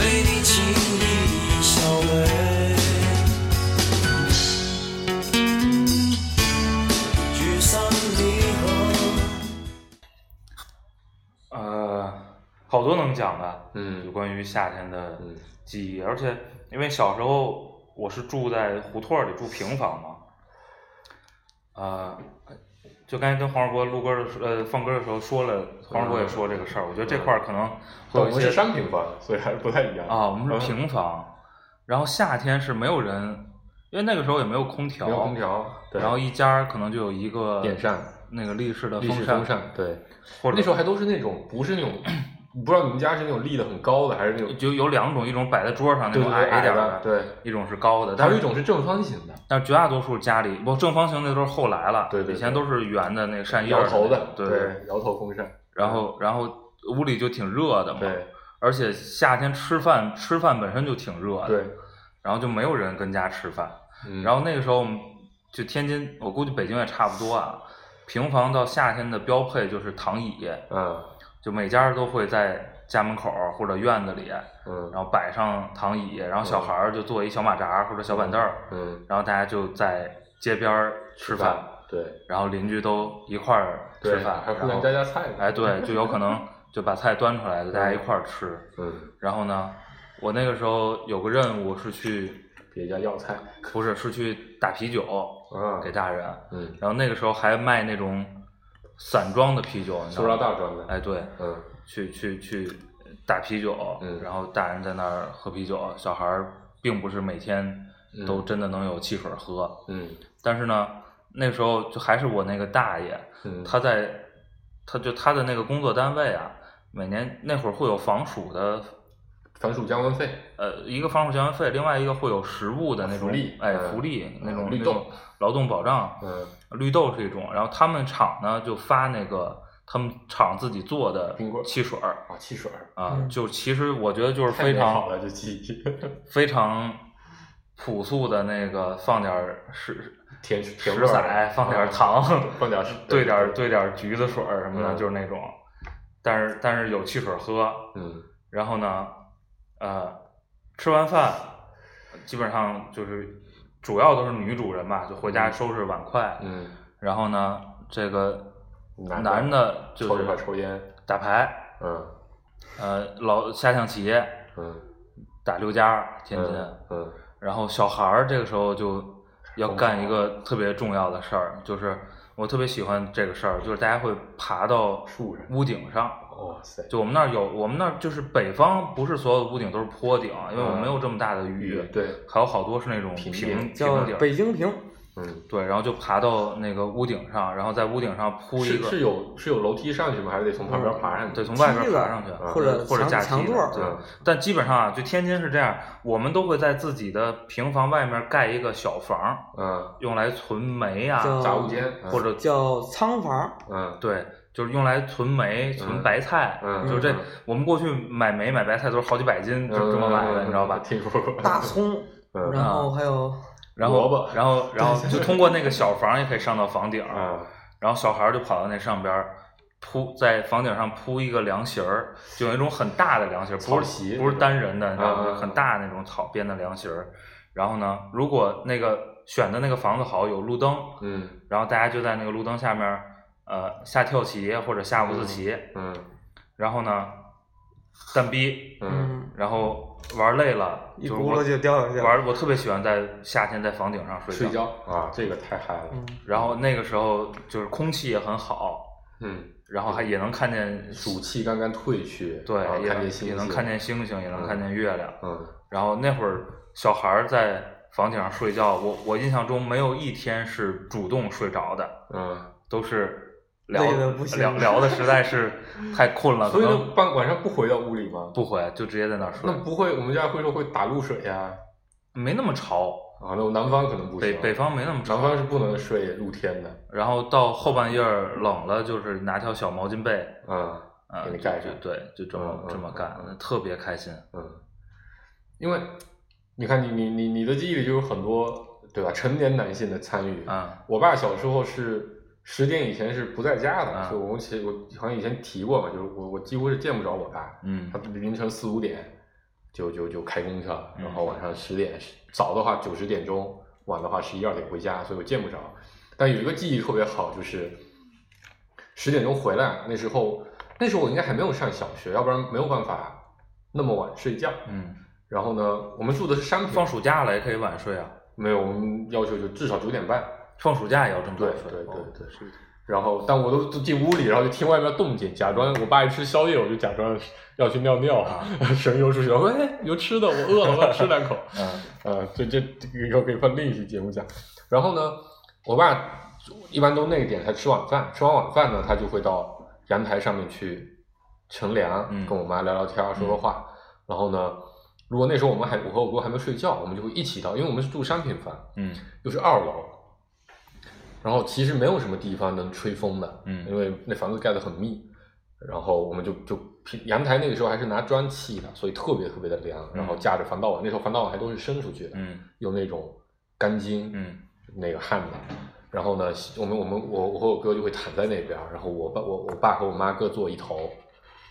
[SPEAKER 5] 被你轻易销毁。聚散离合。
[SPEAKER 4] 呃，好多能讲的，就
[SPEAKER 3] 嗯
[SPEAKER 4] 关于夏天的
[SPEAKER 3] 嗯
[SPEAKER 4] 记忆，而且因为小时候我是住在胡同儿里住平房嘛，啊、就刚才跟黄世博录歌的时候呃放歌的时候说了，黄世博也说这个事儿，我觉得这块儿可能会
[SPEAKER 3] 嗯我
[SPEAKER 4] 有一
[SPEAKER 3] 们
[SPEAKER 4] 些
[SPEAKER 3] 是商品房，所以还是不太一样
[SPEAKER 4] 啊，我们
[SPEAKER 3] 嗯
[SPEAKER 4] 是平房，然后夏天是没有人，因为那个时候也没有空调，
[SPEAKER 3] 没有空，调，对，
[SPEAKER 4] 然后一家儿可能就有一个
[SPEAKER 3] 电扇
[SPEAKER 4] 那个立式的
[SPEAKER 3] 立式
[SPEAKER 4] 扇，
[SPEAKER 3] 风扇，对，
[SPEAKER 4] 或者
[SPEAKER 3] 那时候还都是那种不是那种，不知道你们家是那种立的很高的，还是那种
[SPEAKER 4] 就有两种，一种摆在桌上那
[SPEAKER 3] 对
[SPEAKER 4] 种
[SPEAKER 3] 对
[SPEAKER 4] 矮一
[SPEAKER 3] 矮
[SPEAKER 4] 点
[SPEAKER 3] 的，对，
[SPEAKER 4] 一种是高的，
[SPEAKER 3] 还
[SPEAKER 4] 但
[SPEAKER 3] 有
[SPEAKER 4] 是
[SPEAKER 3] 一种是正方形的，
[SPEAKER 4] 但是绝大多数家里不正方形那都是后来了，
[SPEAKER 3] 对对对
[SPEAKER 4] 以前都是圆的那个扇叶儿
[SPEAKER 3] 摇头的，
[SPEAKER 4] 对。
[SPEAKER 3] 对，摇头风扇，
[SPEAKER 4] 然后然后屋里就挺热的嘛，
[SPEAKER 3] 对
[SPEAKER 4] 而且夏天吃饭吃饭本身就挺热的，
[SPEAKER 3] 对，，
[SPEAKER 4] 然后就没有人跟家吃饭，
[SPEAKER 3] 嗯
[SPEAKER 4] 然后那个时候我们就天津，我估计北京也差不多啊，平房到夏天的标配就是躺椅，
[SPEAKER 3] 嗯
[SPEAKER 4] 就每家都会在家门口或者院子里，
[SPEAKER 3] 嗯，
[SPEAKER 4] 然后摆上躺椅，然后小孩儿就坐一小马扎或者小板凳儿，
[SPEAKER 3] 嗯
[SPEAKER 4] 然后大家就在街边儿吃饭，
[SPEAKER 3] 对
[SPEAKER 4] 然后邻居都一块儿吃
[SPEAKER 3] 对，
[SPEAKER 4] 饭，
[SPEAKER 3] 还互
[SPEAKER 4] 然
[SPEAKER 3] 相
[SPEAKER 4] 后
[SPEAKER 3] 加加菜呢，
[SPEAKER 4] 哎对，就有可能就把菜端出来，就大家一块儿吃。
[SPEAKER 3] 嗯
[SPEAKER 4] 然后呢，我那个时候有个任务是去，
[SPEAKER 3] 别家要菜
[SPEAKER 4] 不是是去打啤酒
[SPEAKER 3] 啊
[SPEAKER 4] 给大人，
[SPEAKER 3] 嗯，
[SPEAKER 4] 然后那个时候还卖那种散装的啤酒，你知道
[SPEAKER 3] 塑料
[SPEAKER 4] 吗
[SPEAKER 3] 袋装的，
[SPEAKER 4] 哎，对，
[SPEAKER 3] 嗯，
[SPEAKER 4] 去去去打啤酒，
[SPEAKER 3] 嗯
[SPEAKER 4] 然后大人在那儿喝啤酒，小孩儿并不是每天都
[SPEAKER 3] 嗯
[SPEAKER 4] 真的能有汽水喝，
[SPEAKER 3] 嗯
[SPEAKER 4] 但是呢，那时候就还是我那个大爷，
[SPEAKER 3] 嗯，
[SPEAKER 4] 他在，他就他的那个工作单位啊，每年那会儿会有防暑的，
[SPEAKER 3] 反暑降温费，
[SPEAKER 4] 呃，一个防暑降温费，另外一个会有食物的那种
[SPEAKER 3] 福利
[SPEAKER 4] 哎，
[SPEAKER 3] 嗯
[SPEAKER 4] 福利那种
[SPEAKER 3] 绿
[SPEAKER 4] 那
[SPEAKER 3] 豆
[SPEAKER 4] 种劳动保障，
[SPEAKER 3] 嗯，
[SPEAKER 4] 绿豆是一种，然后他们厂呢就发那个他们厂自己做的
[SPEAKER 3] 冰棍儿
[SPEAKER 4] 汽水儿
[SPEAKER 3] 啊，汽水儿
[SPEAKER 4] 啊，
[SPEAKER 2] 嗯
[SPEAKER 4] 就其实我觉得就是
[SPEAKER 3] 太
[SPEAKER 4] 非
[SPEAKER 3] 美
[SPEAKER 4] 常
[SPEAKER 3] 好了，这记忆，
[SPEAKER 4] 非常朴素的那个放点儿是
[SPEAKER 3] [LAUGHS] 甜甜
[SPEAKER 4] 石
[SPEAKER 3] 味儿
[SPEAKER 4] 仔
[SPEAKER 3] 的
[SPEAKER 4] 放点儿
[SPEAKER 3] 嗯
[SPEAKER 4] 糖，
[SPEAKER 3] 放点儿
[SPEAKER 4] [LAUGHS] 兑点儿兑点儿橘子水儿什么的，
[SPEAKER 3] 嗯
[SPEAKER 4] 就是那种。但是但是有汽水喝，
[SPEAKER 3] 嗯
[SPEAKER 4] 然后呢，呃，吃完饭基本上就是主要都是女主人吧，就回家收拾碗筷，
[SPEAKER 3] 嗯，
[SPEAKER 4] 然后呢，这个
[SPEAKER 3] 男的
[SPEAKER 4] 男的就
[SPEAKER 3] 抽一
[SPEAKER 4] 是
[SPEAKER 3] 块抽烟，
[SPEAKER 4] 打牌，
[SPEAKER 3] 嗯
[SPEAKER 4] 呃，老下象棋，
[SPEAKER 3] 嗯，
[SPEAKER 4] 打六家儿，天津。
[SPEAKER 3] 嗯嗯
[SPEAKER 4] 然后小孩儿这个时候就要干一个特别重要的事儿，就是我特别喜欢这个事儿，就是大家会爬到
[SPEAKER 3] 树上
[SPEAKER 4] 屋顶上。
[SPEAKER 3] 哇塞，
[SPEAKER 4] 就我们那儿有，我们那儿就是北方，不是所有的屋顶都是坡顶，啊因为我
[SPEAKER 3] 嗯
[SPEAKER 4] 没有这么大的
[SPEAKER 3] 玉
[SPEAKER 4] 雨，
[SPEAKER 3] 对，
[SPEAKER 4] 还有好多是那种
[SPEAKER 3] 平
[SPEAKER 4] 平
[SPEAKER 3] 顶
[SPEAKER 4] 平
[SPEAKER 2] 叫
[SPEAKER 4] 顶，
[SPEAKER 2] 北京平，
[SPEAKER 3] 嗯，
[SPEAKER 4] 对，然后就爬到那个屋顶上，然后在屋顶上铺一
[SPEAKER 3] 是
[SPEAKER 4] 个，
[SPEAKER 3] 是有是有楼梯上去吗？还是得从旁边爬上去？
[SPEAKER 4] 对，从外边
[SPEAKER 2] 梯子
[SPEAKER 4] 爬上去，
[SPEAKER 3] 嗯
[SPEAKER 2] 或者
[SPEAKER 4] 或者
[SPEAKER 2] 墙
[SPEAKER 4] 架
[SPEAKER 2] 墙
[SPEAKER 4] 梯子
[SPEAKER 2] 座儿
[SPEAKER 4] 对
[SPEAKER 3] 嗯，
[SPEAKER 4] 但基本上啊，就天津是这样，我们都会在自己的平房外面盖一个小房，
[SPEAKER 3] 嗯，
[SPEAKER 4] 用来存煤
[SPEAKER 2] 叫
[SPEAKER 4] 啊，
[SPEAKER 3] 杂物间
[SPEAKER 4] 或者
[SPEAKER 2] 叫仓房，
[SPEAKER 3] 嗯
[SPEAKER 4] 对，就是用来存煤、存
[SPEAKER 3] 嗯
[SPEAKER 4] 白菜，
[SPEAKER 3] 嗯
[SPEAKER 4] 就是这
[SPEAKER 3] 嗯
[SPEAKER 4] 我们过去买煤买白菜都是好几百斤，
[SPEAKER 3] 嗯
[SPEAKER 4] 就这么买的，你知道吧？
[SPEAKER 3] 听说过
[SPEAKER 2] 大葱，
[SPEAKER 3] 嗯
[SPEAKER 2] 然后还有
[SPEAKER 4] 然
[SPEAKER 3] 萝
[SPEAKER 4] 后
[SPEAKER 3] 卜，
[SPEAKER 4] 然后，然后就通过那个小房也可以上到房顶儿，
[SPEAKER 3] 嗯
[SPEAKER 4] 然后小孩儿就跑到那上边儿铺在房顶上铺一个凉席儿，就有一种很大的凉席儿，
[SPEAKER 3] 草
[SPEAKER 4] 不
[SPEAKER 3] 席
[SPEAKER 4] 是不是单人的，你知道吗？
[SPEAKER 3] 嗯嗯嗯
[SPEAKER 4] 很大那种草编的凉席儿。然后呢，如果那个选的那个房子好有路灯，
[SPEAKER 3] 嗯
[SPEAKER 4] 然后大家就在那个路灯下面儿，呃，下跳棋或者下五子棋，
[SPEAKER 3] 嗯
[SPEAKER 4] 然后呢，蛋逼，
[SPEAKER 3] 嗯
[SPEAKER 4] 然后玩累了，
[SPEAKER 2] 一
[SPEAKER 4] 就是
[SPEAKER 2] 轱
[SPEAKER 4] 我
[SPEAKER 2] 辘就掉下去了
[SPEAKER 4] 玩，我特别喜欢在夏天在房顶上睡
[SPEAKER 3] 睡觉啊，这个太嗨了，
[SPEAKER 2] 嗯，
[SPEAKER 4] 然后那个时候就是空气也很好，
[SPEAKER 3] 嗯，
[SPEAKER 4] 然后还也能看见
[SPEAKER 3] 暑气刚刚退去，
[SPEAKER 4] 嗯对，
[SPEAKER 3] 然后
[SPEAKER 4] 也
[SPEAKER 3] 啊看
[SPEAKER 4] 能
[SPEAKER 3] 见星
[SPEAKER 4] 也
[SPEAKER 3] 星，
[SPEAKER 4] 能看见，星星，也能看见月亮。
[SPEAKER 3] 嗯
[SPEAKER 4] 然后那会儿小孩儿在房顶上睡觉，我我印象中没有一天是主动睡着的，
[SPEAKER 3] 嗯，
[SPEAKER 4] 都是聊
[SPEAKER 2] 累得不行
[SPEAKER 4] 聊聊的实在是太困了，
[SPEAKER 3] [LAUGHS] 所以
[SPEAKER 4] 可
[SPEAKER 3] 那
[SPEAKER 4] 能
[SPEAKER 3] 半晚上不回到屋里吗？
[SPEAKER 4] 不回就直接在那儿睡
[SPEAKER 3] 那，不会，我们家会说会打露水呀，
[SPEAKER 4] 没那么潮，
[SPEAKER 3] 啊，那我南方可能不
[SPEAKER 4] 北
[SPEAKER 3] 行，
[SPEAKER 4] 北方没那么
[SPEAKER 3] 南
[SPEAKER 4] 潮。
[SPEAKER 3] 方是不能睡露天的，
[SPEAKER 4] 然后到后半夜儿冷了，就是拿条小毛巾被，
[SPEAKER 3] 嗯
[SPEAKER 4] 啊、
[SPEAKER 3] 给
[SPEAKER 4] 就
[SPEAKER 3] 你盖
[SPEAKER 4] 就
[SPEAKER 3] 上
[SPEAKER 4] 对，就这么
[SPEAKER 3] 嗯嗯
[SPEAKER 4] 这么
[SPEAKER 3] 嗯
[SPEAKER 4] 干
[SPEAKER 3] 嗯，
[SPEAKER 4] 特别开心。
[SPEAKER 3] 嗯，因为你看你你你你的记忆里就有很多对吧，成年男性的参与，
[SPEAKER 4] 嗯
[SPEAKER 3] 我爸小时候是十点以前是不在家的，
[SPEAKER 4] 啊
[SPEAKER 3] 所以我其实我好像以前提过嘛，就是我我几乎是见不着我爸，
[SPEAKER 4] 嗯
[SPEAKER 3] 他凌晨四五点就就就开公车，
[SPEAKER 4] 嗯
[SPEAKER 3] 然后晚上十点早的话九十点钟，晚的话十一二点回家，所以我见不着。但有一个记忆特别好，就是十点钟回来，那时候那时候我应该还没有上小学，要不然没有办法那么晚睡觉。
[SPEAKER 4] 嗯，
[SPEAKER 3] 然后呢，我们住的是山
[SPEAKER 4] 放
[SPEAKER 3] 坪，
[SPEAKER 4] 暑假了也可以晚睡啊，
[SPEAKER 3] 没有我们要求就至少九点半。
[SPEAKER 4] 放暑假也要这么早
[SPEAKER 3] 对
[SPEAKER 4] 睡。
[SPEAKER 3] 对对
[SPEAKER 4] 哦
[SPEAKER 3] 对然后，但我都都进屋里，然后就听外面动静，假装我爸一吃宵夜，我就假装要去尿尿， [LAUGHS] 神游出去，我说哎，有吃的，我饿了，我要吃两口。 [LAUGHS]
[SPEAKER 4] 嗯
[SPEAKER 3] 呃，这这这个以后可以放另一期节目讲。然后呢，我爸一般都那个点才吃晚饭，吃完晚饭呢，他就会到阳台上面去乘凉，
[SPEAKER 4] 嗯
[SPEAKER 3] 跟我妈聊聊天啊儿，说说话。然后呢，如果那时候我们还我和我哥还没睡觉，我们就会一起到，因为我们是住商品房，
[SPEAKER 4] 嗯
[SPEAKER 3] 又是二楼，然后其实没有什么地方能吹风的，
[SPEAKER 4] 嗯
[SPEAKER 3] 因为那房子盖得很密，然后我们就就平阳台那个时候还是拿砖砌的，所以特别特别的凉，然后架着防盗网，那时候防盗网还都是伸出去的，
[SPEAKER 4] 嗯
[SPEAKER 3] 用那种干巾，
[SPEAKER 4] 嗯
[SPEAKER 3] 那个焊的。然后呢，我们我们我我和我哥就会躺在那边儿，然后我爸我我爸和我妈各坐一头，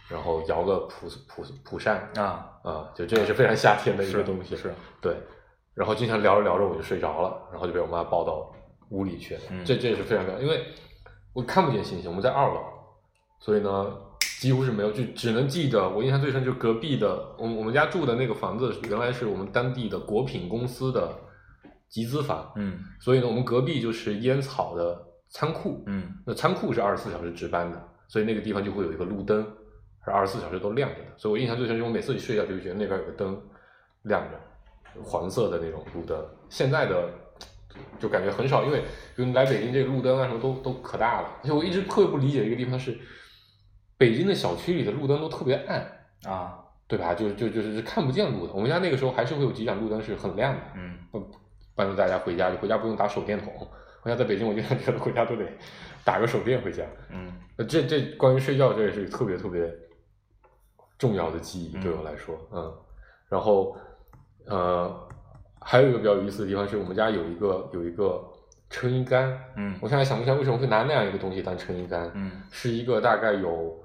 [SPEAKER 3] 然后摇个蒲蒲蒲扇，
[SPEAKER 4] 啊，
[SPEAKER 3] 啊，就这也是非常夏天的一个
[SPEAKER 4] 是
[SPEAKER 3] 东西，
[SPEAKER 4] 是
[SPEAKER 3] 对。然后经常聊着聊着我就睡着了，然后就被我妈抱到屋里去了。
[SPEAKER 4] 嗯
[SPEAKER 3] 这这也是非常非常，因为我看不见星星，我们在二楼，所以呢，几乎是没有，就只能记得我印象最深就隔壁的，我们我们家住的那个房子原来是我们当地的果品公司的集资房，
[SPEAKER 4] 嗯
[SPEAKER 3] 所以呢，我们隔壁就是烟草的仓库，
[SPEAKER 4] 嗯
[SPEAKER 3] 那仓库是二十四小时值班的，所以那个地方就会有一个路灯，是二十四小时都亮着的。所以我印象最深，就是我每次一睡觉就觉得那边有个灯亮着，黄色的那种路灯。现在的就感觉很少，因为就来北京这路灯啊什么都都可大了。而且我一直特别不理解一个地方是，北京的小区里的路灯都特别暗，
[SPEAKER 4] 啊
[SPEAKER 3] 对吧？就就就是看不见路的。我们家那个时候还是会有几盏路灯是很亮的，
[SPEAKER 4] 嗯
[SPEAKER 3] 帮助大家回家，就回家不用打手电筒。回家在北京，我经常觉得回家都得打个手电回家。
[SPEAKER 4] 嗯
[SPEAKER 3] 呃这这关于睡觉，这也是特别特别重要的记忆
[SPEAKER 4] 嗯
[SPEAKER 3] 对我来说，嗯。然后，呃，还有一个比较有意思的地方是我们家有一个有一个撑衣杆，
[SPEAKER 4] 嗯
[SPEAKER 3] 我现在想不起来为什么会拿那样一个东西当撑衣杆，
[SPEAKER 4] 嗯
[SPEAKER 3] 是一个大概有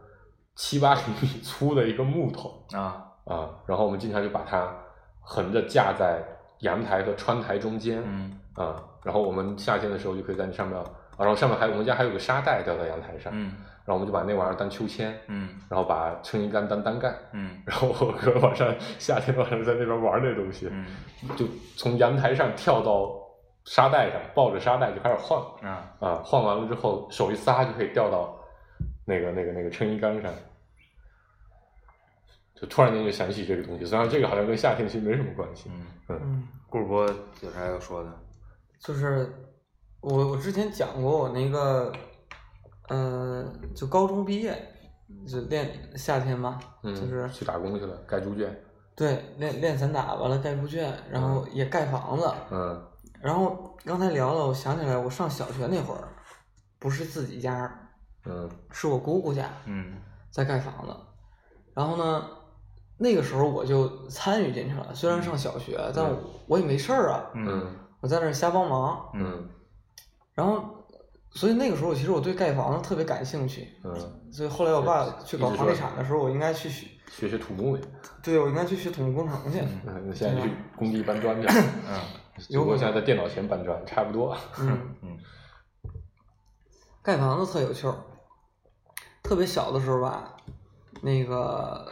[SPEAKER 3] 七八厘米粗的一个木头，
[SPEAKER 4] 啊
[SPEAKER 3] 啊，然后我们经常就把它横着架在阳台和窗台中间，
[SPEAKER 4] 嗯
[SPEAKER 3] 啊，然后我们夏天的时候就可以在那上面，啊，然后上面还我们家还有个沙袋吊在阳台上，
[SPEAKER 4] 嗯
[SPEAKER 3] 然后我们就把那玩意儿当秋千，
[SPEAKER 4] 嗯
[SPEAKER 3] 然后把撑衣杆当单干，
[SPEAKER 4] 嗯
[SPEAKER 3] 然后我哥晚上夏天晚上在那边玩那东西，
[SPEAKER 4] 嗯
[SPEAKER 3] 就从阳台上跳到沙袋上，抱着沙袋就开始晃，
[SPEAKER 4] 啊
[SPEAKER 3] 啊，晃完了之后手一撒就可以掉到那个那个那个衬衣杆上，就突然间就想起这个东西。虽然这个好像跟夏天其实没什么关系。
[SPEAKER 4] 嗯，
[SPEAKER 2] 嗯，
[SPEAKER 4] 顾主播有啥要说的？
[SPEAKER 2] 就是我我之前讲过我那个，嗯、就高中毕业就练夏天嘛，
[SPEAKER 3] 嗯，
[SPEAKER 2] 就是
[SPEAKER 3] 去打工去了，盖猪圈。
[SPEAKER 2] 对练练散打，完了盖猪圈，然后也盖房子，
[SPEAKER 3] 嗯
[SPEAKER 2] 然后刚才聊了，我想起来我上小学那会儿，不是自己家，
[SPEAKER 3] 嗯
[SPEAKER 2] 是我姑姑家
[SPEAKER 4] 嗯
[SPEAKER 2] 在盖房子，然后呢。那个时候我就参与进去了，虽然上小学，但我我也没事儿啊，
[SPEAKER 4] 嗯
[SPEAKER 3] 嗯
[SPEAKER 2] 我在那儿瞎帮忙。
[SPEAKER 3] 嗯
[SPEAKER 2] 然后，所以那个时候其实我对盖房子特别感兴趣，
[SPEAKER 3] 嗯，
[SPEAKER 2] 所以后来我爸去搞房地产的时候，我应该去学，
[SPEAKER 3] 学学土木呗。
[SPEAKER 2] 对我应该去学土木工程去。
[SPEAKER 3] 嗯，现在去工地搬砖去。
[SPEAKER 4] 嗯
[SPEAKER 3] 只不过现在在电脑前搬砖，差不多。
[SPEAKER 2] 嗯，
[SPEAKER 4] 嗯
[SPEAKER 2] 盖房子特有趣儿。特别小的时候吧，那个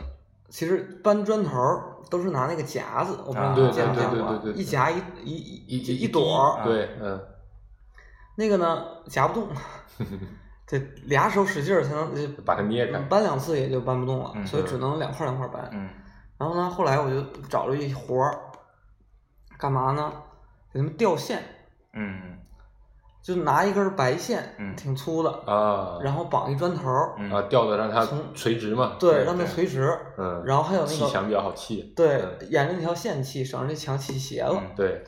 [SPEAKER 2] 其实搬砖头儿都是拿那个夹子，我不知道
[SPEAKER 4] 啊
[SPEAKER 2] 你们见没
[SPEAKER 4] 对
[SPEAKER 2] 见
[SPEAKER 4] 对
[SPEAKER 2] 过
[SPEAKER 3] 对
[SPEAKER 2] 啊，
[SPEAKER 3] 对对
[SPEAKER 2] 一夹一一一
[SPEAKER 3] 一
[SPEAKER 2] 一朵儿，
[SPEAKER 3] 对，嗯
[SPEAKER 2] 那个呢夹不动，得俩手使劲儿才能这
[SPEAKER 3] 把它捏开
[SPEAKER 2] 搬两次也就搬不动了，
[SPEAKER 4] 嗯
[SPEAKER 2] 所以只能两块儿两块儿搬。
[SPEAKER 4] 嗯
[SPEAKER 2] 然后呢，后来我就找了一活儿，干嘛呢？给他们吊线，
[SPEAKER 4] 嗯
[SPEAKER 2] 就拿一根白线，
[SPEAKER 4] 嗯
[SPEAKER 2] 挺粗的，
[SPEAKER 3] 啊
[SPEAKER 2] 然后绑一砖头儿，
[SPEAKER 4] 嗯
[SPEAKER 3] 啊，吊的让它
[SPEAKER 2] 从
[SPEAKER 3] 垂直嘛。
[SPEAKER 2] 对，让它
[SPEAKER 4] 对
[SPEAKER 2] 垂直。
[SPEAKER 3] 嗯，
[SPEAKER 2] 然后还有那
[SPEAKER 3] 砌墙
[SPEAKER 2] 个，
[SPEAKER 3] 比较好砌。
[SPEAKER 2] 对，沿着那条线砌，省着这墙砌斜了。
[SPEAKER 4] 嗯
[SPEAKER 3] 对，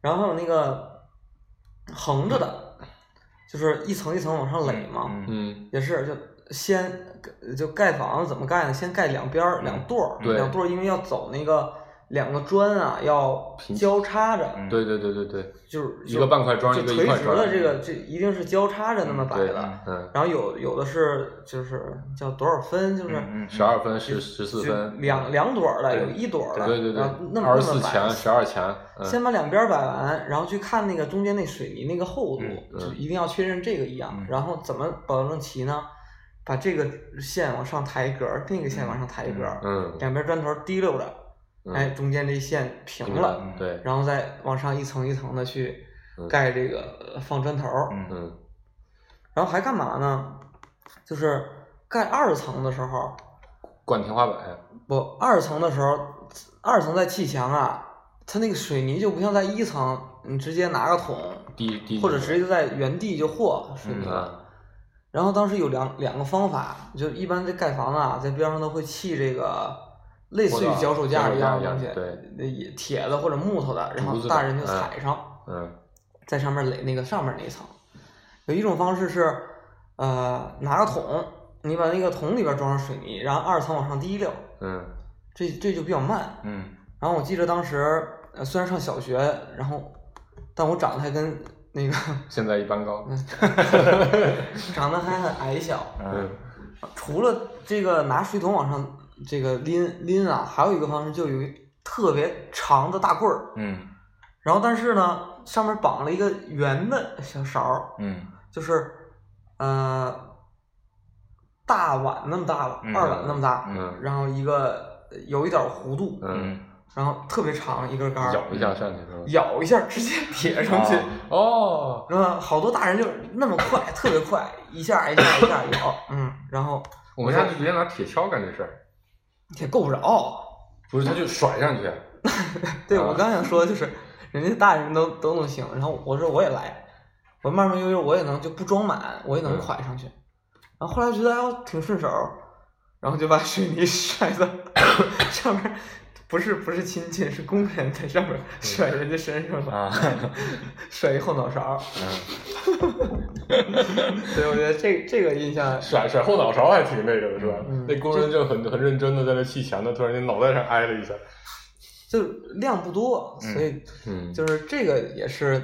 [SPEAKER 2] 然后还有那个横着的，就是一层一层往上垒嘛，
[SPEAKER 4] 嗯
[SPEAKER 3] 嗯
[SPEAKER 2] 也是就先就盖房子怎么盖呢？先盖两边儿
[SPEAKER 4] 嗯
[SPEAKER 2] 两垛儿，
[SPEAKER 3] 对
[SPEAKER 2] 两垛儿因为要走那个两个砖啊，要
[SPEAKER 3] 平
[SPEAKER 2] 交叉着。
[SPEAKER 4] 嗯
[SPEAKER 3] 对对对对对。
[SPEAKER 2] 就是
[SPEAKER 3] 一个半块砖
[SPEAKER 2] 就
[SPEAKER 3] 一个
[SPEAKER 2] 垂
[SPEAKER 3] 一块
[SPEAKER 2] 直
[SPEAKER 3] 砖
[SPEAKER 2] 的这个这一定是交叉着那么摆
[SPEAKER 3] 对
[SPEAKER 2] 的，
[SPEAKER 3] 嗯，
[SPEAKER 2] 然后有有的是就是叫多少分，就是
[SPEAKER 4] 嗯
[SPEAKER 3] 十二分十十四
[SPEAKER 2] 就
[SPEAKER 3] 分，
[SPEAKER 2] 两两朵儿的，
[SPEAKER 4] 对
[SPEAKER 2] 有一朵儿的，
[SPEAKER 3] 对对对
[SPEAKER 2] 然后，那么
[SPEAKER 3] 二十四
[SPEAKER 2] 那么摆
[SPEAKER 3] 强十二强，嗯
[SPEAKER 2] 先把两边儿摆完，然后去看那个中间那水泥那个厚度，
[SPEAKER 4] 嗯
[SPEAKER 2] 就一定要确认这个一样。
[SPEAKER 4] 嗯
[SPEAKER 2] 然后怎么保证齐呢？把这个线往上抬一格儿，另一个线往上抬一格儿，
[SPEAKER 3] 嗯，
[SPEAKER 2] 两边儿砖头滴溜着，
[SPEAKER 3] 嗯
[SPEAKER 2] 哎，，中间这线平
[SPEAKER 3] 明
[SPEAKER 2] 了，嗯
[SPEAKER 3] 白，对，
[SPEAKER 2] 然后再往上一层一层的去
[SPEAKER 3] 嗯
[SPEAKER 2] 盖这个呃放砖头儿。
[SPEAKER 4] 嗯
[SPEAKER 3] 嗯
[SPEAKER 2] 然后还干嘛呢？就是盖二层的时候，
[SPEAKER 3] 灌天花板，
[SPEAKER 2] 不，二层的时候，二层在砌墙啊，它那个水泥就不像在一层，你直接拿个桶，
[SPEAKER 3] 低低
[SPEAKER 2] 或者直接就在原地就和水泥
[SPEAKER 3] 嗯
[SPEAKER 2] 了。
[SPEAKER 3] 啊，
[SPEAKER 2] 然后当时有两两个方法，就一般这盖房子啊，在边上都会砌这个类似于脚手架一样的东西
[SPEAKER 3] 脚手架一样，
[SPEAKER 2] 也铁的或者木头的，然后
[SPEAKER 3] 竹子的
[SPEAKER 2] 大人就
[SPEAKER 3] 嗯
[SPEAKER 2] 踩上，
[SPEAKER 3] 嗯
[SPEAKER 2] 在上面垒那个上面那一层。有一种方式是，呃，拿个桶，你把那个桶里边装上水泥，然后二层往上滴溜，
[SPEAKER 3] 嗯
[SPEAKER 2] 这这就比较慢。
[SPEAKER 4] 嗯
[SPEAKER 2] 然后我记得当时呃虽然上小学，然后但我长得还跟那个 [LAUGHS]
[SPEAKER 3] 现在一般高，
[SPEAKER 2] 长得还很矮小。
[SPEAKER 4] 嗯
[SPEAKER 3] 嗯
[SPEAKER 2] 除了这个拿水桶往上这个拎拎啊，还有一个方式就有一特别长的大棍儿，
[SPEAKER 4] 嗯
[SPEAKER 2] 然后但是呢上面绑了一个圆的小勺儿，
[SPEAKER 4] 嗯
[SPEAKER 2] 就是呃大碗那么大了，
[SPEAKER 4] 嗯
[SPEAKER 2] 二碗那么大，
[SPEAKER 3] 嗯
[SPEAKER 2] 然后一个呃有一点弧度，
[SPEAKER 3] 嗯，
[SPEAKER 2] 然后特别长一根杆儿，
[SPEAKER 3] 咬一下上去是吧？
[SPEAKER 2] 咬一下直接撇上去，
[SPEAKER 3] 哦，
[SPEAKER 2] 然后好多大人就是那么快，特别快，一下一下一下咬，嗯，然后
[SPEAKER 3] 我们家就直接拿铁锹干这事儿，
[SPEAKER 2] 也够不着。
[SPEAKER 3] 不是他就甩上去，
[SPEAKER 2] 对
[SPEAKER 3] 啊
[SPEAKER 2] 我刚想说的就是，人家大人都都能行，然后我说我也来，我慢慢悠悠我也能就不装满，我也能
[SPEAKER 3] 嗯
[SPEAKER 2] 蒯上去。然后后来觉得哎呦挺顺手，然后就把水泥 [LAUGHS] 甩到上面，不是不是亲戚是工人在上
[SPEAKER 3] 嗯
[SPEAKER 2] 面甩人家身上了， [LAUGHS]
[SPEAKER 4] 啊，
[SPEAKER 2] 甩一后脑勺。 [LAUGHS]
[SPEAKER 3] 嗯，
[SPEAKER 2] 所以我觉得这这个印象
[SPEAKER 3] 甩甩后脑勺还挺那个的是吧
[SPEAKER 2] 嗯？
[SPEAKER 3] 那工人就很很认真的在那砌墙呢，突然间脑袋上挨了一下，
[SPEAKER 2] 就量不多，所以
[SPEAKER 3] 嗯
[SPEAKER 2] 就是这个也是，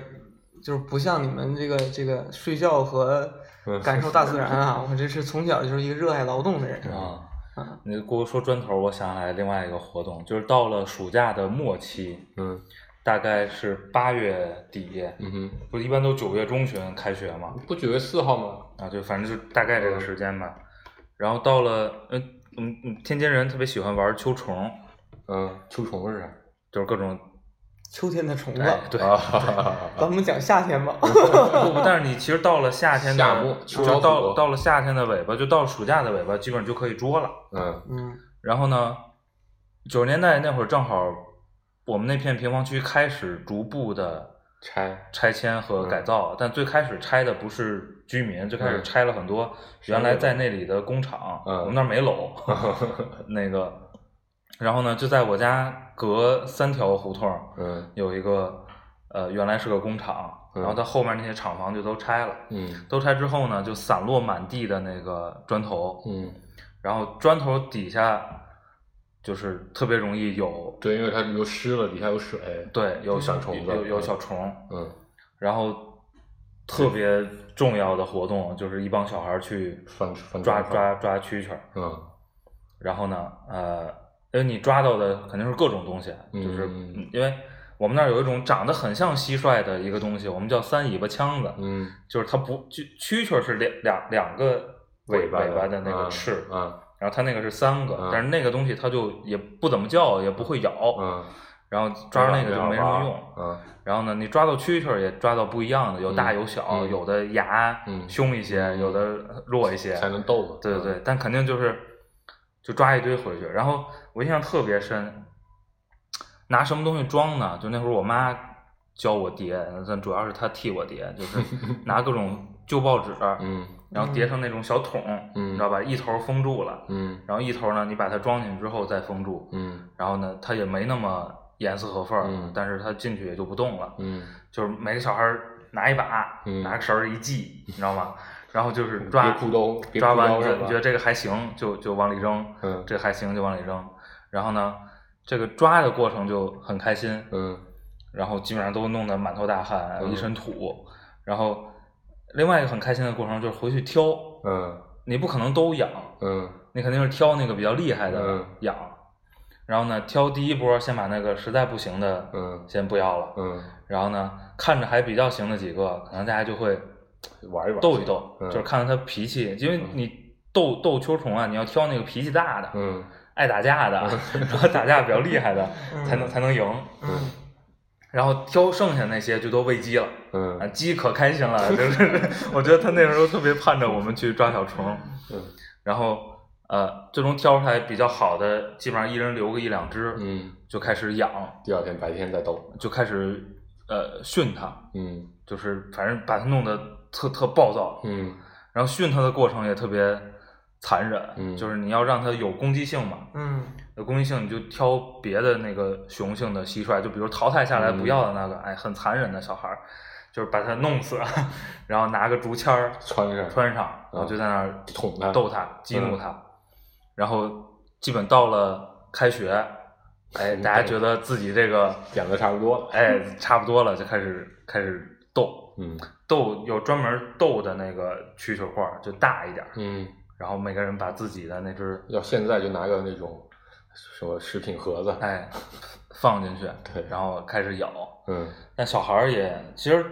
[SPEAKER 2] 就是不像你们这个这个睡觉和
[SPEAKER 3] 嗯
[SPEAKER 2] 感受大自然啊，我这是从小就是一个热爱劳动的人。
[SPEAKER 3] 嗯
[SPEAKER 4] 啊，你给我说砖头，我想起来另外一个活动，就是到了暑假的末期，
[SPEAKER 3] 嗯
[SPEAKER 4] 大概是八月底，
[SPEAKER 3] 嗯哼。
[SPEAKER 4] 不是一般都九月中旬开学嘛？
[SPEAKER 3] 不九月四号吗？
[SPEAKER 4] 啊，就反正就大概这个时间吧。然后到了，嗯嗯嗯，天津人特别喜欢玩秋虫，
[SPEAKER 3] 嗯，秋虫是啥？
[SPEAKER 4] 就是各种，
[SPEAKER 2] 秋天的虫子，
[SPEAKER 4] 哎，对， [LAUGHS]
[SPEAKER 3] 啊哈哈哈哈，
[SPEAKER 2] 咱们讲夏天吧。
[SPEAKER 4] 不不，但是你其实到了夏天
[SPEAKER 3] 夏末
[SPEAKER 4] 的，
[SPEAKER 3] 秋
[SPEAKER 4] 就
[SPEAKER 3] 老虎
[SPEAKER 4] 到到了夏天的尾巴，就到了暑假的尾巴，基本上就可以捉了。
[SPEAKER 3] [LAUGHS] 嗯
[SPEAKER 2] 嗯
[SPEAKER 4] 然后呢，九十年代那会儿正好，我们那片平房区开始逐步的
[SPEAKER 3] 拆，
[SPEAKER 4] 拆迁
[SPEAKER 3] 嗯
[SPEAKER 4] 和改造，但最开始拆的不是居民，最开始拆了很多原来在那里的工厂，
[SPEAKER 3] 嗯
[SPEAKER 4] 我们那儿没
[SPEAKER 3] [LAUGHS]
[SPEAKER 4] 楼，那个，然后呢，就在我家隔三条胡同儿
[SPEAKER 3] 嗯
[SPEAKER 4] 有一个，呃，原来是个工厂，
[SPEAKER 3] 嗯
[SPEAKER 4] 然后它后面那些厂房就都拆了，
[SPEAKER 3] 嗯
[SPEAKER 4] 都拆之后呢，就散落满地的那个砖头，
[SPEAKER 3] 嗯，
[SPEAKER 4] 然后砖头底下就是特别容易有，
[SPEAKER 3] 对，因为它又湿了，底下有水，
[SPEAKER 4] 对，有小
[SPEAKER 3] 小虫子
[SPEAKER 4] 有有
[SPEAKER 3] 嗯
[SPEAKER 4] 小虫，
[SPEAKER 3] 嗯
[SPEAKER 4] 然后特别重要的活动就是一帮小孩儿去
[SPEAKER 3] 翻翻
[SPEAKER 4] 抓
[SPEAKER 3] 砖
[SPEAKER 4] 抓抓蛐蛐儿，
[SPEAKER 3] 嗯
[SPEAKER 4] 然后呢，呃，因为你抓到的肯定是各种东西，啊就是
[SPEAKER 3] 嗯
[SPEAKER 4] 嗯因为我们那儿有一种长得很像蟋蟀的一个东西，我们叫三尾巴腔子，
[SPEAKER 3] 嗯，
[SPEAKER 4] 就是它不就蛐蛐儿是两两两个尾
[SPEAKER 3] 巴
[SPEAKER 4] 尾巴的那个翅，
[SPEAKER 3] 嗯
[SPEAKER 4] 然后它那个是三个，
[SPEAKER 3] 嗯
[SPEAKER 4] 但是那个东西它就也不怎么叫，也不会咬，
[SPEAKER 3] 嗯，
[SPEAKER 4] 然后抓着那个就没什么用，
[SPEAKER 3] 嗯
[SPEAKER 4] 然后呢，你抓到蛐蛐儿也抓到不一样的，有大
[SPEAKER 3] 嗯
[SPEAKER 4] 有小，
[SPEAKER 3] 嗯
[SPEAKER 4] 有的牙、
[SPEAKER 3] 嗯
[SPEAKER 4] 凶一些，有的弱一些。
[SPEAKER 3] 才能嗯逗嘛，
[SPEAKER 4] 对对对，但肯定就是就抓一堆回去。然后我印象特别深，拿什么东西装呢？就那会儿我妈教我叠，但主要是她替我叠，就是
[SPEAKER 3] [LAUGHS]
[SPEAKER 4] 拿各种旧报纸，
[SPEAKER 3] 嗯
[SPEAKER 4] 然后叠成那种小桶，
[SPEAKER 3] 嗯
[SPEAKER 4] 你知道吧？一头封住了，
[SPEAKER 3] 嗯
[SPEAKER 4] 然后一头呢你把它装进去之后再封住，
[SPEAKER 3] 嗯
[SPEAKER 4] 然后呢它也没那么严丝合缝儿，
[SPEAKER 3] 嗯
[SPEAKER 4] 但是它进去也就不动了。
[SPEAKER 3] 嗯，
[SPEAKER 4] 就是每个小孩儿拿一把，
[SPEAKER 3] 嗯
[SPEAKER 4] 拿个绳儿一
[SPEAKER 3] [LAUGHS]
[SPEAKER 4] 系，你知道吗？然后就是
[SPEAKER 3] 别
[SPEAKER 4] 抓
[SPEAKER 3] 裤兜别
[SPEAKER 4] 抓
[SPEAKER 3] 裤
[SPEAKER 4] 完
[SPEAKER 3] 兜
[SPEAKER 4] 你
[SPEAKER 3] 是
[SPEAKER 4] 觉
[SPEAKER 3] 吧
[SPEAKER 4] 你觉得这个还行，就就往里扔，
[SPEAKER 3] 嗯
[SPEAKER 4] 这个还行就往里扔。然后呢，这个抓的过程就很开心，
[SPEAKER 3] 嗯
[SPEAKER 4] 然后基本上都弄得满头大汗，
[SPEAKER 3] 嗯
[SPEAKER 4] 一身土。然后另外一个很开心的过程就是回去挑，
[SPEAKER 3] 嗯
[SPEAKER 4] 你不可能都养，
[SPEAKER 3] 嗯
[SPEAKER 4] 你肯定是挑那个比较厉害的
[SPEAKER 3] 嗯
[SPEAKER 4] 养。然后呢，挑第一波先把那个实在不行的
[SPEAKER 3] 嗯
[SPEAKER 4] 先不要了，
[SPEAKER 3] 嗯，
[SPEAKER 4] 然后呢，看着还比较行的几个，可能大家就会
[SPEAKER 3] 玩一玩，
[SPEAKER 4] 斗一斗，
[SPEAKER 3] 嗯
[SPEAKER 4] 就是看看他脾气，因为你斗斗秋虫啊，你要挑那个脾气大的、
[SPEAKER 3] 嗯
[SPEAKER 4] 爱打架 [LAUGHS] 的，然后打架比较厉害的，
[SPEAKER 2] 嗯
[SPEAKER 4] 才能才能赢。
[SPEAKER 2] 嗯，
[SPEAKER 4] 然后挑剩下那些就都喂鸡了，啊，
[SPEAKER 3] 嗯
[SPEAKER 4] 鸡可开心了，
[SPEAKER 3] [LAUGHS]
[SPEAKER 4] 就是我觉得他那时候特别盼着我们去抓小虫，
[SPEAKER 3] 嗯
[SPEAKER 4] 然后呃，最终挑出来比较好的，基本上一人留个一两只，
[SPEAKER 3] 嗯，
[SPEAKER 4] 就开始养，
[SPEAKER 3] 第二天白天再逗，
[SPEAKER 4] 就开始呃训它，
[SPEAKER 3] 嗯
[SPEAKER 4] 就是反正把它弄得特特暴躁，
[SPEAKER 3] 嗯
[SPEAKER 4] 然后训它的过程也特别残忍，
[SPEAKER 3] 嗯
[SPEAKER 4] 就是你要让它有攻击性嘛，
[SPEAKER 2] 嗯
[SPEAKER 4] 有攻击性你就挑别的那个雄性的蟋蟀，就比如淘汰下来
[SPEAKER 3] 嗯
[SPEAKER 4] 不要的那个，哎，很残忍的小孩儿，就是把它弄死， [LAUGHS] 然后拿个竹签儿
[SPEAKER 3] 穿上
[SPEAKER 4] 穿上，然后就在那儿
[SPEAKER 3] 嗯捅嗯它
[SPEAKER 4] 逗它，激怒它，然后基本到了开学，
[SPEAKER 3] [LAUGHS]
[SPEAKER 4] 哎，大家觉得自己这个
[SPEAKER 3] 点的差不多了，
[SPEAKER 4] 哎差不多了，就开始开始斗。
[SPEAKER 3] 嗯
[SPEAKER 4] 斗有专门斗的那个蛐蛐罐儿，就大一点儿，
[SPEAKER 3] 嗯。
[SPEAKER 4] 然后每个人把自己的那只
[SPEAKER 3] 要现在就拿个那种什么食品盒子，
[SPEAKER 4] 哎放进去，
[SPEAKER 3] 对
[SPEAKER 4] 然后开始咬。
[SPEAKER 3] 嗯，
[SPEAKER 4] 但小孩儿也其实，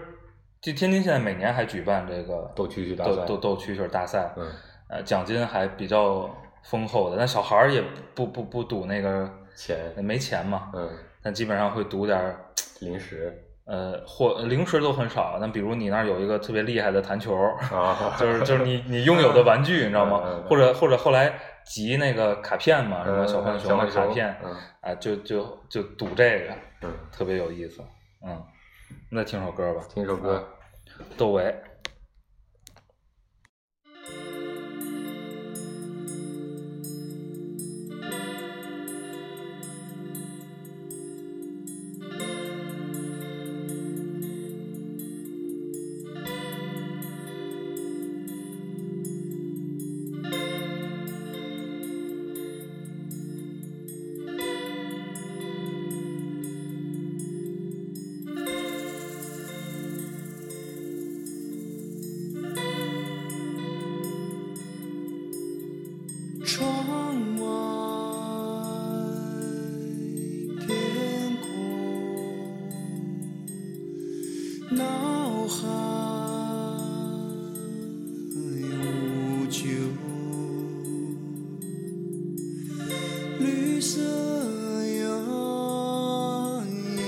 [SPEAKER 4] 就天津现在每年还举办这个
[SPEAKER 3] 斗蛐蛐大
[SPEAKER 4] 斗
[SPEAKER 3] 赛
[SPEAKER 4] 斗斗蛐蛐大赛，
[SPEAKER 3] 嗯
[SPEAKER 4] 呃，奖金还比较丰厚的。但小孩儿也不不不赌那个
[SPEAKER 3] 钱
[SPEAKER 4] 没钱嘛，
[SPEAKER 3] 嗯，
[SPEAKER 4] 但基本上会赌点儿
[SPEAKER 3] 零食
[SPEAKER 4] 呃或零食都很少。但比如你那儿有一个特别厉害的弹球，[LAUGHS]
[SPEAKER 3] 啊，
[SPEAKER 4] 就是就是你你拥有的玩具，你知道
[SPEAKER 3] 嗯嗯
[SPEAKER 4] 吗
[SPEAKER 3] 嗯？
[SPEAKER 4] 或者或者后来集那个卡片嘛，什么小浣熊的
[SPEAKER 3] 嗯小浣
[SPEAKER 4] 卡
[SPEAKER 3] 熊
[SPEAKER 4] 片，
[SPEAKER 3] 嗯
[SPEAKER 4] 啊，就就就赌这个，
[SPEAKER 3] 嗯，
[SPEAKER 4] 特别有意思。嗯，那听首歌吧，
[SPEAKER 3] 听首歌。
[SPEAKER 4] 窦唯。
[SPEAKER 5] 窗外天空，脑海无穷，绿色摇曳。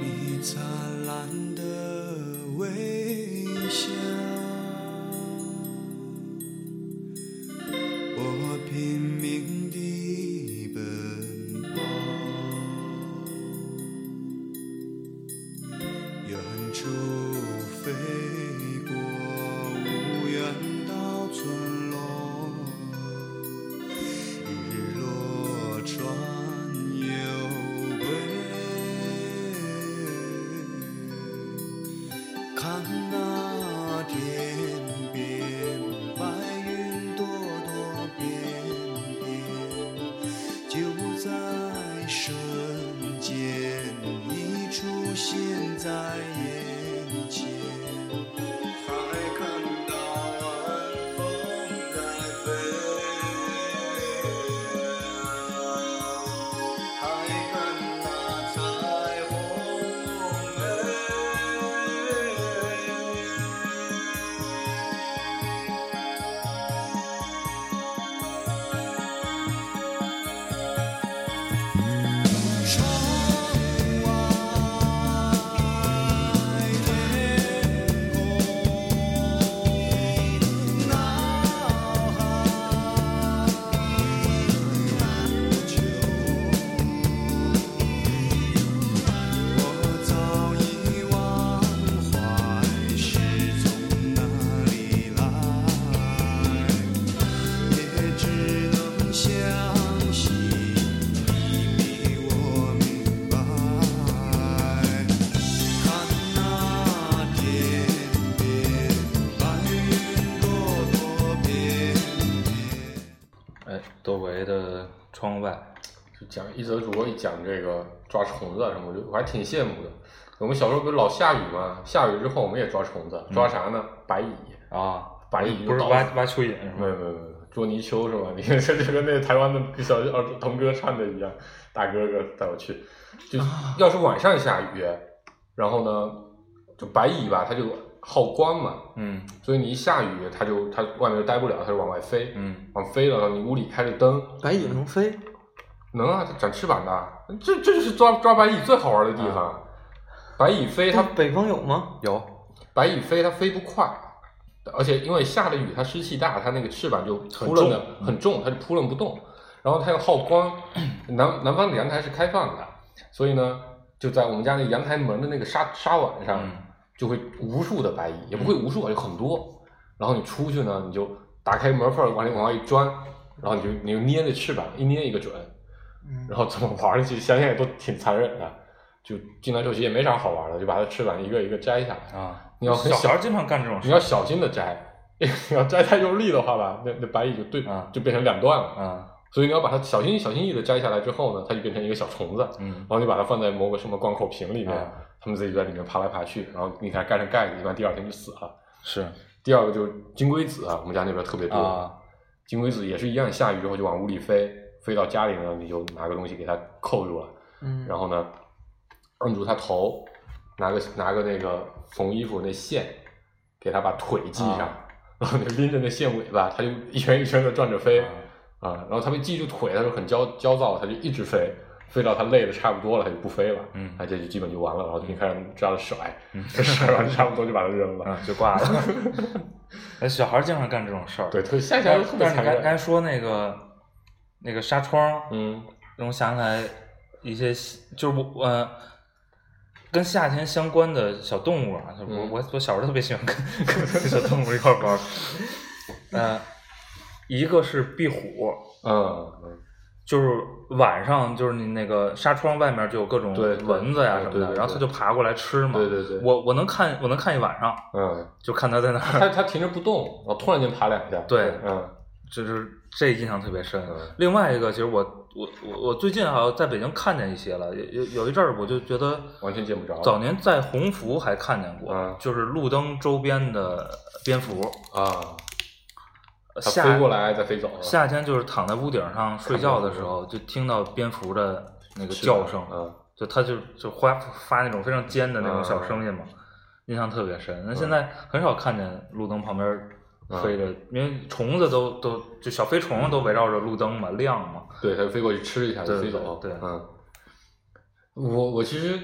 [SPEAKER 5] 你灿烂的微笑，我拼命地奔跑。远处飞过无人岛村落，日落穿游归。看那天边，白云朵朵片片，就在瞬间已出现在眼前。还看到晚风在飞。还看那彩虹哎。窗外天空，脑海无穷。我早已忘怀是从哪里来，也只能相信。你我明白，看那天边，白云朵朵片片。
[SPEAKER 4] 哎，窦唯的《窗外
[SPEAKER 3] 就讲一则主播一讲这个抓虫子啊什么，我就我还挺羡慕的。我们小时候不是老下雨嘛，下雨之后我们也抓虫子，抓啥呢？白蚁，》
[SPEAKER 4] 啊，
[SPEAKER 3] 白蚁
[SPEAKER 4] 不
[SPEAKER 3] 就是到
[SPEAKER 4] 挖
[SPEAKER 3] 处
[SPEAKER 4] 挖蚯蚓是吗？
[SPEAKER 3] 没有没有没有，捉泥鳅是吧？你 [LAUGHS] 看这就跟那台湾的小儿童歌唱的一样，大哥哥带我去，就要是晚上下雨，然后呢，就白蚁吧，它就好光嘛，
[SPEAKER 4] 嗯
[SPEAKER 3] 所以你一下雨，它就它外面就待不了，它就往外飞，
[SPEAKER 4] 嗯，
[SPEAKER 3] 往飞了，你屋里开着灯，
[SPEAKER 2] 白蚁能飞，
[SPEAKER 3] 能啊，它长翅膀的，这这就是抓抓白蚁最好玩的地方。白蚁飞它
[SPEAKER 2] 它北方有吗？
[SPEAKER 4] 有
[SPEAKER 3] 白蚁飞它飞不快，而且因为下了雨，它湿气大，它那个翅膀就扑棱的很重，它就扑棱不动。然后它又好光，南南方的阳台是开放的，所以呢，就在我们家那阳台门的那个纱纱网上，
[SPEAKER 4] 嗯
[SPEAKER 3] 就会无数的白蚁，也不会无数啊，有很多。然后你出去呢，你就打开门缝儿往里往外一钻，然后你就你就捏那翅膀，一捏一个准。然后怎么玩儿，其实想想也都挺残忍的。就进来之后其实也没啥好玩儿的，就把它翅膀一个一个摘下来。
[SPEAKER 4] 啊，
[SPEAKER 3] 你要很
[SPEAKER 4] 小
[SPEAKER 3] 小
[SPEAKER 4] 孩儿经常干这种
[SPEAKER 3] 你
[SPEAKER 4] 事
[SPEAKER 3] 要小心的摘，你要摘太用力的话吧，那那白蚁就对，
[SPEAKER 4] 啊
[SPEAKER 3] 就变成两段了。
[SPEAKER 4] 啊，
[SPEAKER 3] 所以你要把它小心小心翼翼的摘下来之后呢，它就变成一个小虫子，
[SPEAKER 4] 嗯
[SPEAKER 3] 然，后你把它放在某个什么灌口瓶里面，
[SPEAKER 4] 啊
[SPEAKER 3] 它们自己在里面爬来爬去，然后你给它盖上盖子，一般第二天就死了。
[SPEAKER 4] 是
[SPEAKER 3] 第二个就是金龟子啊，我们家那边特别多，
[SPEAKER 4] 啊，
[SPEAKER 3] 金龟子也是一样，下雨之后就往屋里飞，飞到家里呢，你就拿个东西给它扣住了，
[SPEAKER 2] 嗯，
[SPEAKER 3] 然后呢，摁住它头，拿个拿个那个缝衣服那线，给它把腿系上，
[SPEAKER 4] 啊
[SPEAKER 3] [LAUGHS] 然后你拎着那线尾巴，它就一圈一圈的转着飞
[SPEAKER 4] 啊
[SPEAKER 3] 啊然后它被系住腿，它就很焦焦躁，它就一直飞，飞到它累的差不多了，它就不飞了，
[SPEAKER 4] 嗯
[SPEAKER 3] 啊，这就基本就完了，然后就开始抓着甩，
[SPEAKER 4] 嗯
[SPEAKER 3] 甩完差不多就把它扔了，
[SPEAKER 4] 嗯，就挂了。 [LAUGHS] 那小孩儿经常干这种事儿，
[SPEAKER 3] 对，特夏天
[SPEAKER 4] 但
[SPEAKER 3] 特别
[SPEAKER 4] 但是
[SPEAKER 3] 残
[SPEAKER 4] 你刚刚才
[SPEAKER 3] 忍，
[SPEAKER 4] 说那个那个纱窗，
[SPEAKER 3] 嗯
[SPEAKER 4] 让我想起来一些，就是我呃，跟夏天相关的小动物啊，就是我
[SPEAKER 3] 嗯
[SPEAKER 4] 我我小时候特别喜欢跟跟小动物一块儿玩儿。呃，一个是壁虎，
[SPEAKER 3] 嗯。嗯
[SPEAKER 4] 就是晚上就是你那个纱窗外面就有各种
[SPEAKER 3] 对对
[SPEAKER 4] 蚊子呀、
[SPEAKER 3] 对
[SPEAKER 4] 什么
[SPEAKER 3] 对
[SPEAKER 4] 的，
[SPEAKER 3] 对
[SPEAKER 4] 然后它就爬过来吃嘛。
[SPEAKER 3] 对对对
[SPEAKER 4] 我我能看我能看一晚上，
[SPEAKER 3] 嗯，
[SPEAKER 4] 就看它在那儿，
[SPEAKER 3] 它它停着不动，然后突然间爬两下。
[SPEAKER 4] 对
[SPEAKER 3] 嗯
[SPEAKER 4] 就是这印象特别深。
[SPEAKER 3] 嗯
[SPEAKER 4] 另外一个，其实我我我我最近好像在北京看见一些了，有有有一阵儿我就觉得
[SPEAKER 3] 完全见不着
[SPEAKER 4] 早年在鸿福还看见过，
[SPEAKER 3] 嗯
[SPEAKER 4] 就是路灯周边的蝙蝠，
[SPEAKER 3] 啊，它
[SPEAKER 4] 夏
[SPEAKER 3] 飞过来再飞走了，
[SPEAKER 4] 夏天就是躺在屋顶上睡觉的时候，就听到蝙蝠的那个
[SPEAKER 3] 是吧
[SPEAKER 4] 叫声，
[SPEAKER 3] 嗯
[SPEAKER 4] 就它就就发发那种非常尖的那种小声音
[SPEAKER 3] 嗯
[SPEAKER 4] 嘛，印象特别深。那现在很少看见路灯旁边飞着，
[SPEAKER 3] 嗯
[SPEAKER 4] 因为虫子都都就小飞虫都围绕着路灯嘛，亮嘛。
[SPEAKER 3] 对，它就飞过去吃一下就
[SPEAKER 4] 对
[SPEAKER 3] 飞走。
[SPEAKER 4] 对对
[SPEAKER 3] 嗯，我我其实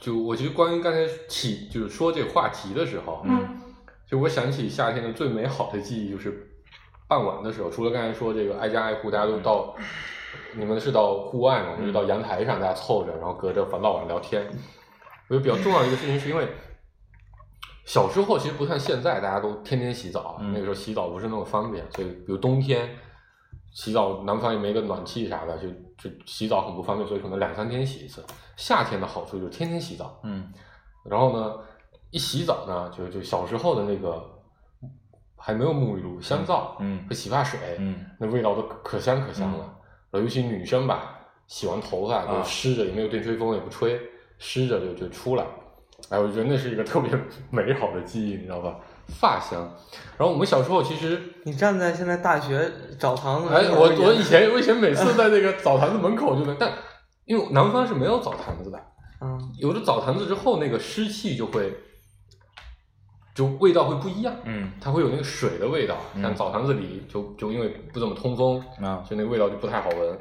[SPEAKER 3] 就我其实关于刚才起就是说这个话题的时候，
[SPEAKER 4] 嗯，
[SPEAKER 3] 就我想起夏天的最美好的记忆就是傍晚的时候，除了刚才说这个挨家挨户大家都到。你们是到户外嘛？我们就到
[SPEAKER 4] 嗯
[SPEAKER 3] 阳台上，大家凑着，然后隔着防盗网聊天。我觉得比较重要的一个事情，是因为小时候其实不像现在，大家都天天洗澡，啊
[SPEAKER 4] 嗯
[SPEAKER 3] 那个时候洗澡不是那么方便，所以比如冬天洗澡，南方也没个暖气啥的，就就洗澡很不方便，所以可能两三天洗一次。夏天的好处就是天天洗澡，
[SPEAKER 4] 嗯
[SPEAKER 3] 然后呢，一洗澡呢，就就小时候的那个还没有沐浴露、香皂、
[SPEAKER 4] 嗯
[SPEAKER 3] 和洗发水，
[SPEAKER 4] 嗯
[SPEAKER 3] 那味道都可香可香了。呃然后尤其女生吧，洗完头发
[SPEAKER 4] 啊
[SPEAKER 3] 就湿着，也没有电吹风，也不吹，湿着就就出来。哎，我觉得那是一个特别 [LAUGHS] 美好的记忆，你知道吧？发香。然后我们小时候其实，
[SPEAKER 2] 你站在现在大学澡堂子，
[SPEAKER 3] 哎，我我以，前我以前每次在那个澡堂子门口就能，但因为南方是没有澡堂子的，
[SPEAKER 2] 嗯
[SPEAKER 3] 有了澡堂子之后，那个湿气就会，就味道会不一样，
[SPEAKER 4] 嗯
[SPEAKER 3] 它会有那个水的味道。
[SPEAKER 4] 嗯
[SPEAKER 3] 但澡堂子里就就因为不怎么通风，
[SPEAKER 4] 啊
[SPEAKER 3] 就那个味道就不太好闻。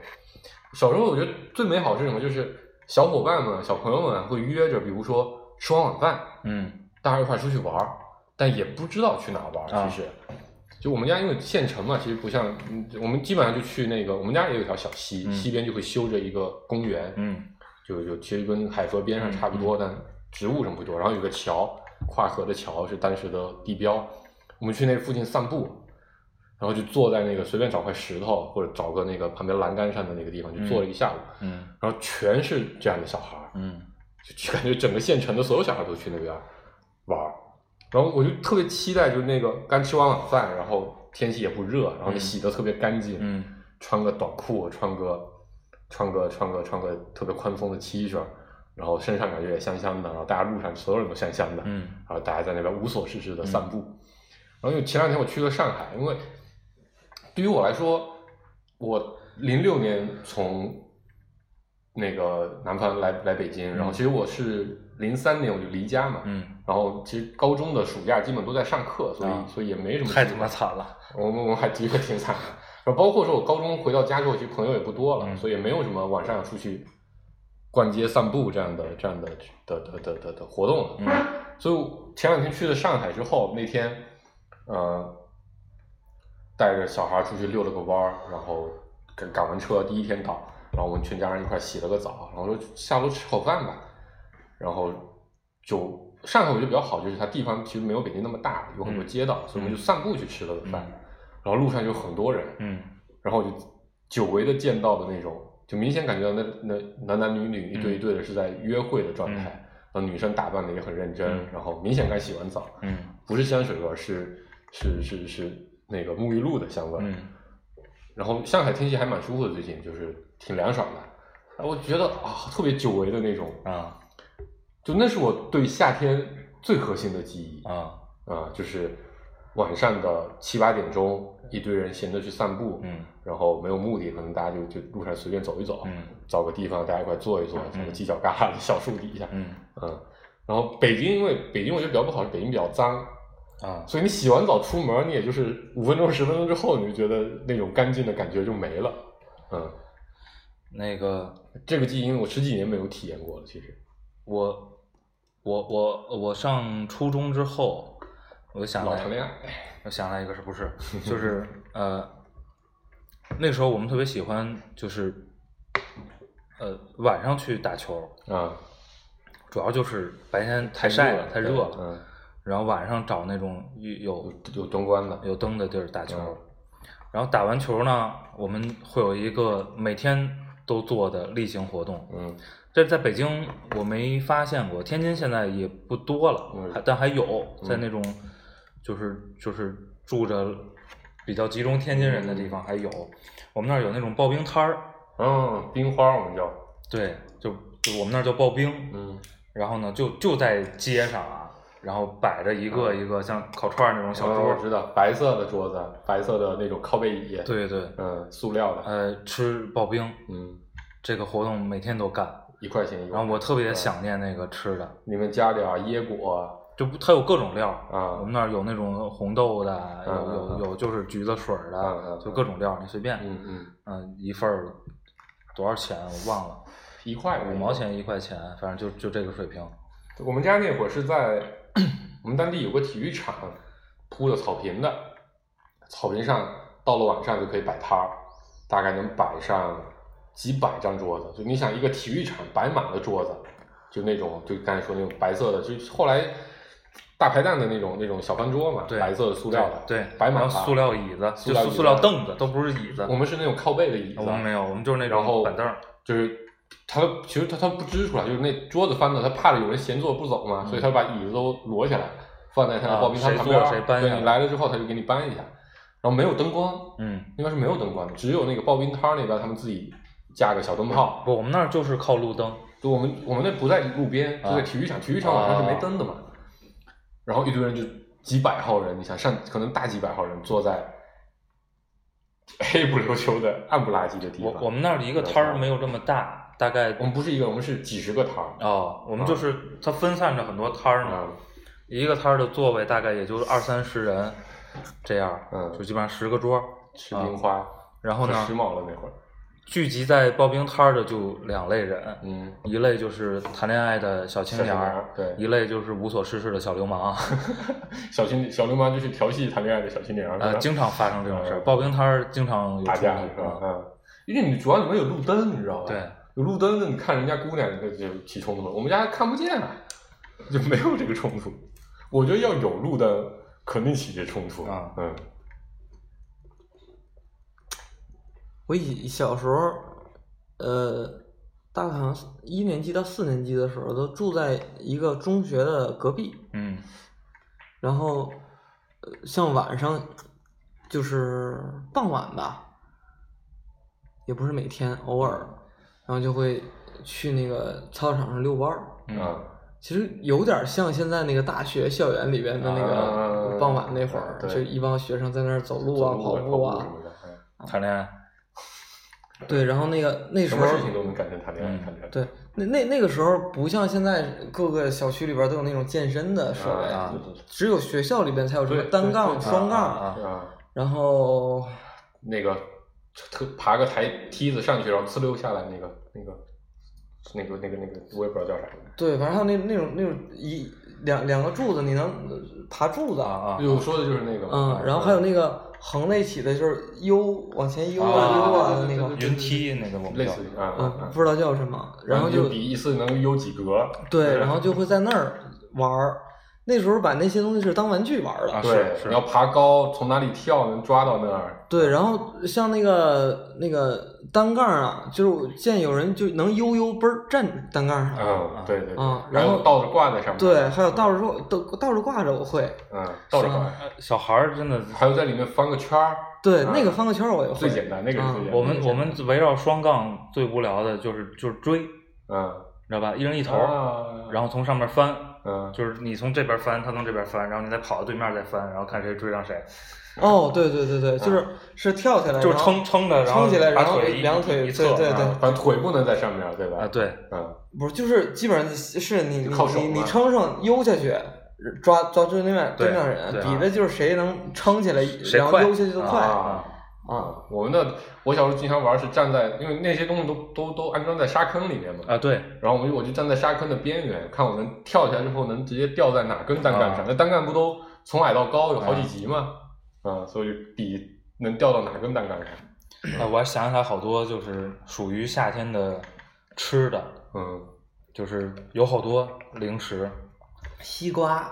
[SPEAKER 3] 小时候我觉得最美好是什么？就是小伙伴们、小朋友们会约着，比如说吃完晚饭，
[SPEAKER 4] 嗯
[SPEAKER 3] 大家一块儿出去玩儿，但也不知道去哪儿玩
[SPEAKER 4] 啊
[SPEAKER 3] 儿。其实，就我们家因为县城嘛，其实不像嗯我们基本上就去那个我们家也有一条小溪，
[SPEAKER 4] 嗯
[SPEAKER 3] 溪边就会修着一个公园，
[SPEAKER 4] 嗯
[SPEAKER 3] 就就其实跟海河边上差不多，但植物什么不多。然后有个桥，跨河的桥是当时的地标。我们去那附近散步，然后就坐在那个随便找块石头或者找个那个旁边栏杆上的那个地方，就坐了一下午。
[SPEAKER 4] 嗯
[SPEAKER 3] 然后全是这样的小孩儿，
[SPEAKER 4] 嗯
[SPEAKER 3] 就就感觉整个县城的所有小孩都去那边玩儿。然后我就特别期待，就是那个刚吃完晚饭，然后天气也不热，然后你
[SPEAKER 4] 嗯
[SPEAKER 3] 洗的特别干净，
[SPEAKER 4] 嗯
[SPEAKER 3] 穿个短裤，穿个穿个穿个穿个特别宽松的 T 恤，然后身上感觉也香香的，然后大家路上所有人都香香的，
[SPEAKER 4] 嗯
[SPEAKER 3] 然后大家在那边无所事事的散步。然后因为前两天我去了上海，因为对于我来说，我零六年从那个南方来来北京，然后其实我是零三年我就离家嘛。
[SPEAKER 4] 嗯，
[SPEAKER 3] 然后其实高中的暑假基本都在上课，所以、
[SPEAKER 4] 啊
[SPEAKER 3] 所以也没什么
[SPEAKER 4] 太
[SPEAKER 3] 机
[SPEAKER 4] 他
[SPEAKER 3] 会
[SPEAKER 4] 妈惨了。
[SPEAKER 3] 我们我们还的确挺惨的。然后包括说我高中回到家之后，其实朋友也不多了，
[SPEAKER 4] 嗯
[SPEAKER 3] 所以也没有什么晚上出去逛街散步这样的这样的的的的的的活动了。
[SPEAKER 4] 嗯
[SPEAKER 3] 所以我前两天去了上海之后，那天呃带着小孩出去溜了个弯儿，然后赶赶完车第一天到，然后我们全家人一块儿洗了个澡，然后说下楼吃口饭吧，然后就。上海我觉得比较好，就是它地方其实没有北京那么大，有很多
[SPEAKER 4] 嗯
[SPEAKER 3] 街道，所以我们就散步去吃了个饭。
[SPEAKER 4] 嗯
[SPEAKER 3] 然后路上就很多人，
[SPEAKER 4] 嗯
[SPEAKER 3] 然后我就久违的见到的那种，就明显感觉到那那男男女女一
[SPEAKER 4] 嗯
[SPEAKER 3] 对一对的是在约会的状态，然后女生打扮的也很认真，
[SPEAKER 4] 嗯
[SPEAKER 3] 然后明显刚洗完澡，
[SPEAKER 4] 嗯
[SPEAKER 3] 不是香水味儿，是是是是那个沐浴露的香味儿。
[SPEAKER 4] 嗯
[SPEAKER 3] 然后上海天气还蛮舒服的，最近就是挺凉爽的。啊我觉得啊，特别久违的那种，
[SPEAKER 4] 啊
[SPEAKER 3] 就那是我对夏天最核心的记忆啊、
[SPEAKER 4] 啊
[SPEAKER 3] 就是晚上的七八点钟，一堆人闲着去散步，
[SPEAKER 4] 嗯
[SPEAKER 3] 然后没有目的，可能大家就就路上随便走一走，
[SPEAKER 4] 嗯
[SPEAKER 3] 找个地方大家一块坐一坐，找个
[SPEAKER 4] 嗯
[SPEAKER 3] 犄角旮旯的小树底下，
[SPEAKER 4] 嗯
[SPEAKER 3] 嗯。然后北京，因为北京我觉得比较不好，是北京比较脏，
[SPEAKER 4] 啊
[SPEAKER 3] 所以你洗完澡出门，你也就是五分钟、十分钟之后，你就觉得那种干净的感觉就没了。嗯，
[SPEAKER 4] 那个
[SPEAKER 3] 这个记忆因为我十几年没有体验过了，其实。
[SPEAKER 4] 我我我我上初中之后，我就想
[SPEAKER 3] 老
[SPEAKER 4] 来
[SPEAKER 3] 谈恋爱，
[SPEAKER 4] 我想来一个，是不
[SPEAKER 3] [LAUGHS]
[SPEAKER 4] 是？就是呃，那时候我们特别喜欢，就是呃晚上去打球，
[SPEAKER 3] 啊，
[SPEAKER 4] 主要就是白天太
[SPEAKER 3] 太
[SPEAKER 4] 晒
[SPEAKER 3] 热了
[SPEAKER 4] 太
[SPEAKER 3] 对
[SPEAKER 4] 热了，
[SPEAKER 3] 嗯
[SPEAKER 4] 然后晚上找那种有
[SPEAKER 3] 有灯光的，
[SPEAKER 4] 有灯的地儿打球。
[SPEAKER 3] 嗯
[SPEAKER 4] 然后打完球呢，我们会有一个每天都做的例行活动，
[SPEAKER 3] 嗯
[SPEAKER 4] 这在北京我没发现过，天津现在也不多了，
[SPEAKER 3] 嗯
[SPEAKER 4] 还但还有在
[SPEAKER 3] 嗯
[SPEAKER 4] 那种就是就是住着比较集中天津人的地方还有，我们那儿有那种刨冰摊儿，
[SPEAKER 3] 嗯，冰花我们叫，
[SPEAKER 4] 对，就就我们那儿叫刨冰，
[SPEAKER 3] 嗯
[SPEAKER 4] 然后呢就就在街上啊，然后摆着一个一个像烤串儿那种小桌
[SPEAKER 3] 嗯哦我
[SPEAKER 4] 儿，
[SPEAKER 3] 知道，白色的桌子，白色的那种靠背椅，，
[SPEAKER 4] 对对，
[SPEAKER 3] 嗯，塑料的，
[SPEAKER 4] 呃，吃刨冰
[SPEAKER 3] 嗯，
[SPEAKER 4] 这个活动每天都干，
[SPEAKER 3] 一块钱一
[SPEAKER 4] 然后
[SPEAKER 3] 个，
[SPEAKER 4] 我特别想念那个吃的，
[SPEAKER 3] 里面加点儿椰果
[SPEAKER 4] 就不它有各种料儿。我
[SPEAKER 3] 啊
[SPEAKER 4] 们，那儿有那种红豆的，有
[SPEAKER 3] 嗯嗯嗯
[SPEAKER 4] 有有就是橘子水儿
[SPEAKER 3] 嗯
[SPEAKER 4] 的
[SPEAKER 3] 嗯，
[SPEAKER 4] 就各种料儿，你随便。
[SPEAKER 3] 嗯嗯，
[SPEAKER 4] 嗯，一份儿多少钱我忘了，
[SPEAKER 3] 一块吧
[SPEAKER 4] 五毛。钱一块钱，反正就就这个水平。
[SPEAKER 3] 我们家那会儿是在 [CLEARS THROAT] 我们当地有个体育场铺的草坪的，草坪上到了晚上就可以摆摊儿，大概能摆上几百张桌子。就你想一个体育场摆满了桌子，就那种就刚才说那种白色的，就是后来大排档的那种那种小饭桌嘛，
[SPEAKER 4] 对
[SPEAKER 3] 白色的塑料的，
[SPEAKER 4] 对，
[SPEAKER 3] 摆满
[SPEAKER 4] 然
[SPEAKER 3] 了
[SPEAKER 4] 后塑料椅子，
[SPEAKER 3] 塑
[SPEAKER 4] 就
[SPEAKER 3] 料椅
[SPEAKER 4] 塑
[SPEAKER 3] 子
[SPEAKER 4] 塑料凳子，都不是椅子。
[SPEAKER 3] 我们是那种靠背的椅子，
[SPEAKER 4] 我们没有，我们就是那
[SPEAKER 3] 然
[SPEAKER 4] 种
[SPEAKER 3] 后
[SPEAKER 4] 板凳儿。
[SPEAKER 3] 就是他其实他他不支出来，就是那桌子翻到他怕着有人闲坐不走嘛，
[SPEAKER 4] 嗯
[SPEAKER 3] 所以他把椅子都摞起来放在他的
[SPEAKER 4] 啊
[SPEAKER 3] 刨冰摊
[SPEAKER 4] 谁
[SPEAKER 3] 旁边儿，
[SPEAKER 4] 坐谁搬下来
[SPEAKER 3] 对你来了之后他就给你搬一下，然后没有灯光，
[SPEAKER 4] 嗯，
[SPEAKER 3] 那边是没有灯光的，只有那个刨冰摊儿那边他们自己架个小灯泡。
[SPEAKER 4] 不，我们那儿就是靠路灯。
[SPEAKER 3] 就我们我们那不在路边，
[SPEAKER 4] 啊
[SPEAKER 3] 就在体育场，体育场晚上是没灯的嘛。然后一堆人就几百号人，你想上可能大几百号人坐在黑不溜秋的暗不拉几的地
[SPEAKER 4] 我
[SPEAKER 3] 方。
[SPEAKER 4] 我们那儿一个摊儿没有这么大，大概
[SPEAKER 3] 我们不是一个，我们是几十个摊儿。
[SPEAKER 4] 哦，我们就是它分散着很多摊儿嘛。
[SPEAKER 3] 嗯
[SPEAKER 4] 一个摊儿的座位大概也就二三十人，这样，
[SPEAKER 3] 嗯
[SPEAKER 4] 就基本上十个桌儿，
[SPEAKER 3] 吃冰花，
[SPEAKER 4] 然后
[SPEAKER 3] 可时
[SPEAKER 4] 呢，
[SPEAKER 3] 髦了那会儿。
[SPEAKER 4] 聚集在刨冰摊儿的就两类人，
[SPEAKER 3] 嗯，
[SPEAKER 4] 一类就是谈恋爱的小青
[SPEAKER 3] 小
[SPEAKER 4] 年
[SPEAKER 3] 青
[SPEAKER 4] 儿，
[SPEAKER 3] 年儿对
[SPEAKER 4] 一类就是无所事事的小流氓，
[SPEAKER 3] [LAUGHS] 小青小流氓就是调戏谈恋爱的小青年儿，是
[SPEAKER 4] 呃，
[SPEAKER 3] 吧
[SPEAKER 4] 经常发生这种事儿，
[SPEAKER 3] 嗯
[SPEAKER 4] 刨冰摊儿经常有
[SPEAKER 3] 打架
[SPEAKER 4] 冲
[SPEAKER 3] 是
[SPEAKER 4] 突
[SPEAKER 3] 吧？
[SPEAKER 4] 嗯
[SPEAKER 3] 嗯，因为你主要里面有路灯，你知道吧？
[SPEAKER 4] 对，
[SPEAKER 3] 有路灯，你看人家姑娘那就起冲突了。我们家看不见啊，就没有这个冲突。我觉得要有路灯，肯定起这冲突。
[SPEAKER 4] 啊
[SPEAKER 3] 嗯，
[SPEAKER 2] 我以小时候，呃，大概好像是一年级到四年级的时候，都住在一个中学的隔壁。
[SPEAKER 4] 嗯
[SPEAKER 2] 然后，呃像晚上，就是傍晚吧，也不是每天，偶尔，然后就会去那个操场上遛弯儿。
[SPEAKER 4] 嗯
[SPEAKER 3] 啊，
[SPEAKER 2] 其实有点像现在那个大学校园里边的那
[SPEAKER 3] 啊
[SPEAKER 2] 个傍晚那会儿，
[SPEAKER 3] 对
[SPEAKER 2] 就一帮学生在那儿走路啊、
[SPEAKER 3] 走
[SPEAKER 2] 跑
[SPEAKER 3] 跑
[SPEAKER 2] 步啊，
[SPEAKER 3] 什么的，嗯
[SPEAKER 4] 谈恋爱，
[SPEAKER 2] 对。然后那个那时
[SPEAKER 3] 什
[SPEAKER 2] 候
[SPEAKER 3] 么事情都能干成谈恋爱，
[SPEAKER 4] 嗯
[SPEAKER 3] 谈恋爱。啊
[SPEAKER 2] 对，那那那个时候不像现在各个小区里边都有那种健身的设备，
[SPEAKER 3] 啊
[SPEAKER 2] 就只有学校里边才有什么
[SPEAKER 3] 对
[SPEAKER 2] 单杠、
[SPEAKER 3] 对对
[SPEAKER 2] 双杠，
[SPEAKER 4] 啊啊
[SPEAKER 3] 啊，
[SPEAKER 2] 然后
[SPEAKER 3] 那个特爬个台梯子上去，然后呲溜下来那个那个那个那个那个，我也不知道叫啥。
[SPEAKER 2] 对，反正还有那那种那种一两两个柱子，你能呃爬柱子
[SPEAKER 4] 啊，啊，
[SPEAKER 3] 就我说的就是那个嘛。
[SPEAKER 2] 嗯，然后还有那个横在一起的，就是悠往前悠
[SPEAKER 3] 啊
[SPEAKER 2] 啊悠啊
[SPEAKER 3] 对对
[SPEAKER 2] 那
[SPEAKER 3] 对
[SPEAKER 2] 个，
[SPEAKER 4] 云梯那个我们
[SPEAKER 3] 类
[SPEAKER 4] 叫
[SPEAKER 3] 似于啊啊
[SPEAKER 2] 嗯
[SPEAKER 3] 啊，，
[SPEAKER 2] 不知道叫什么，然后
[SPEAKER 3] 就
[SPEAKER 2] 就
[SPEAKER 3] 比一次能有几格。
[SPEAKER 2] 对，然后就会在那儿玩儿。那时候把那些东西是当玩具玩儿的
[SPEAKER 4] 啊，
[SPEAKER 3] 对
[SPEAKER 4] 是，是
[SPEAKER 3] 你要爬高，从哪里跳能抓到那儿。
[SPEAKER 2] 对，然后像那个那个单杠啊，就是我见有人就能悠悠嘣儿站单杠上，
[SPEAKER 3] 嗯，对对对。
[SPEAKER 2] 啊
[SPEAKER 3] 还
[SPEAKER 2] 然
[SPEAKER 3] 有
[SPEAKER 2] 后
[SPEAKER 3] 倒着挂在上面。
[SPEAKER 2] 对，还有倒着挂，倒倒着挂着我会，啊
[SPEAKER 3] 嗯，倒着挂，
[SPEAKER 4] 小孩儿真的
[SPEAKER 3] 还有在里面翻个圈儿。
[SPEAKER 2] 对，
[SPEAKER 3] 啊
[SPEAKER 2] 那个翻个圈儿我也会。
[SPEAKER 3] 最简单，那个是最简单。
[SPEAKER 4] 我们我们围绕双杠最无聊的就是就是追，知
[SPEAKER 3] 嗯，
[SPEAKER 4] 道吧？一人一头，
[SPEAKER 3] 啊
[SPEAKER 4] 然后从上面翻，
[SPEAKER 3] 嗯，
[SPEAKER 4] 就是你从这边翻，他从这边翻，然后你再跑到对面再翻，然后看谁追上谁，
[SPEAKER 2] 哦，对对对对，就是是跳起来，
[SPEAKER 4] 嗯就是
[SPEAKER 2] 然后
[SPEAKER 4] 撑撑着，然后
[SPEAKER 2] 撑起来，然
[SPEAKER 4] 把
[SPEAKER 2] 后
[SPEAKER 4] 腿一
[SPEAKER 2] 两腿
[SPEAKER 4] 一
[SPEAKER 2] 对
[SPEAKER 4] 侧
[SPEAKER 2] 对
[SPEAKER 3] 啊
[SPEAKER 2] 对，
[SPEAKER 3] 反正腿不能在上面，对吧？
[SPEAKER 4] 啊，对，
[SPEAKER 3] 嗯，
[SPEAKER 2] 不是就是基本上是你你
[SPEAKER 3] 就靠手
[SPEAKER 2] 你你
[SPEAKER 3] 嘛
[SPEAKER 2] 撑上悠下去。抓抓对面
[SPEAKER 4] 对
[SPEAKER 2] 对面人，
[SPEAKER 4] 对啊
[SPEAKER 2] 比的就是谁能撑起来，
[SPEAKER 4] 谁
[SPEAKER 2] 然后
[SPEAKER 4] 快
[SPEAKER 2] 悠下去的快
[SPEAKER 3] 啊。
[SPEAKER 2] 啊！
[SPEAKER 3] 我们的我小时候经常玩是站在，因为那些东西都都都安装在沙坑里面嘛，
[SPEAKER 4] 啊对，
[SPEAKER 3] 然后我就我就站在沙坑的边缘，看我能跳起来之后能直接吊在哪根单杠
[SPEAKER 2] 啊
[SPEAKER 3] 上。那单杠不都从矮到高有好几级吗？啊，所以比能吊到哪根单杠上。
[SPEAKER 4] 啊，我还想起来好多就是属于夏天的吃的，
[SPEAKER 3] 嗯，
[SPEAKER 4] 就是有好多零食，
[SPEAKER 2] 西瓜，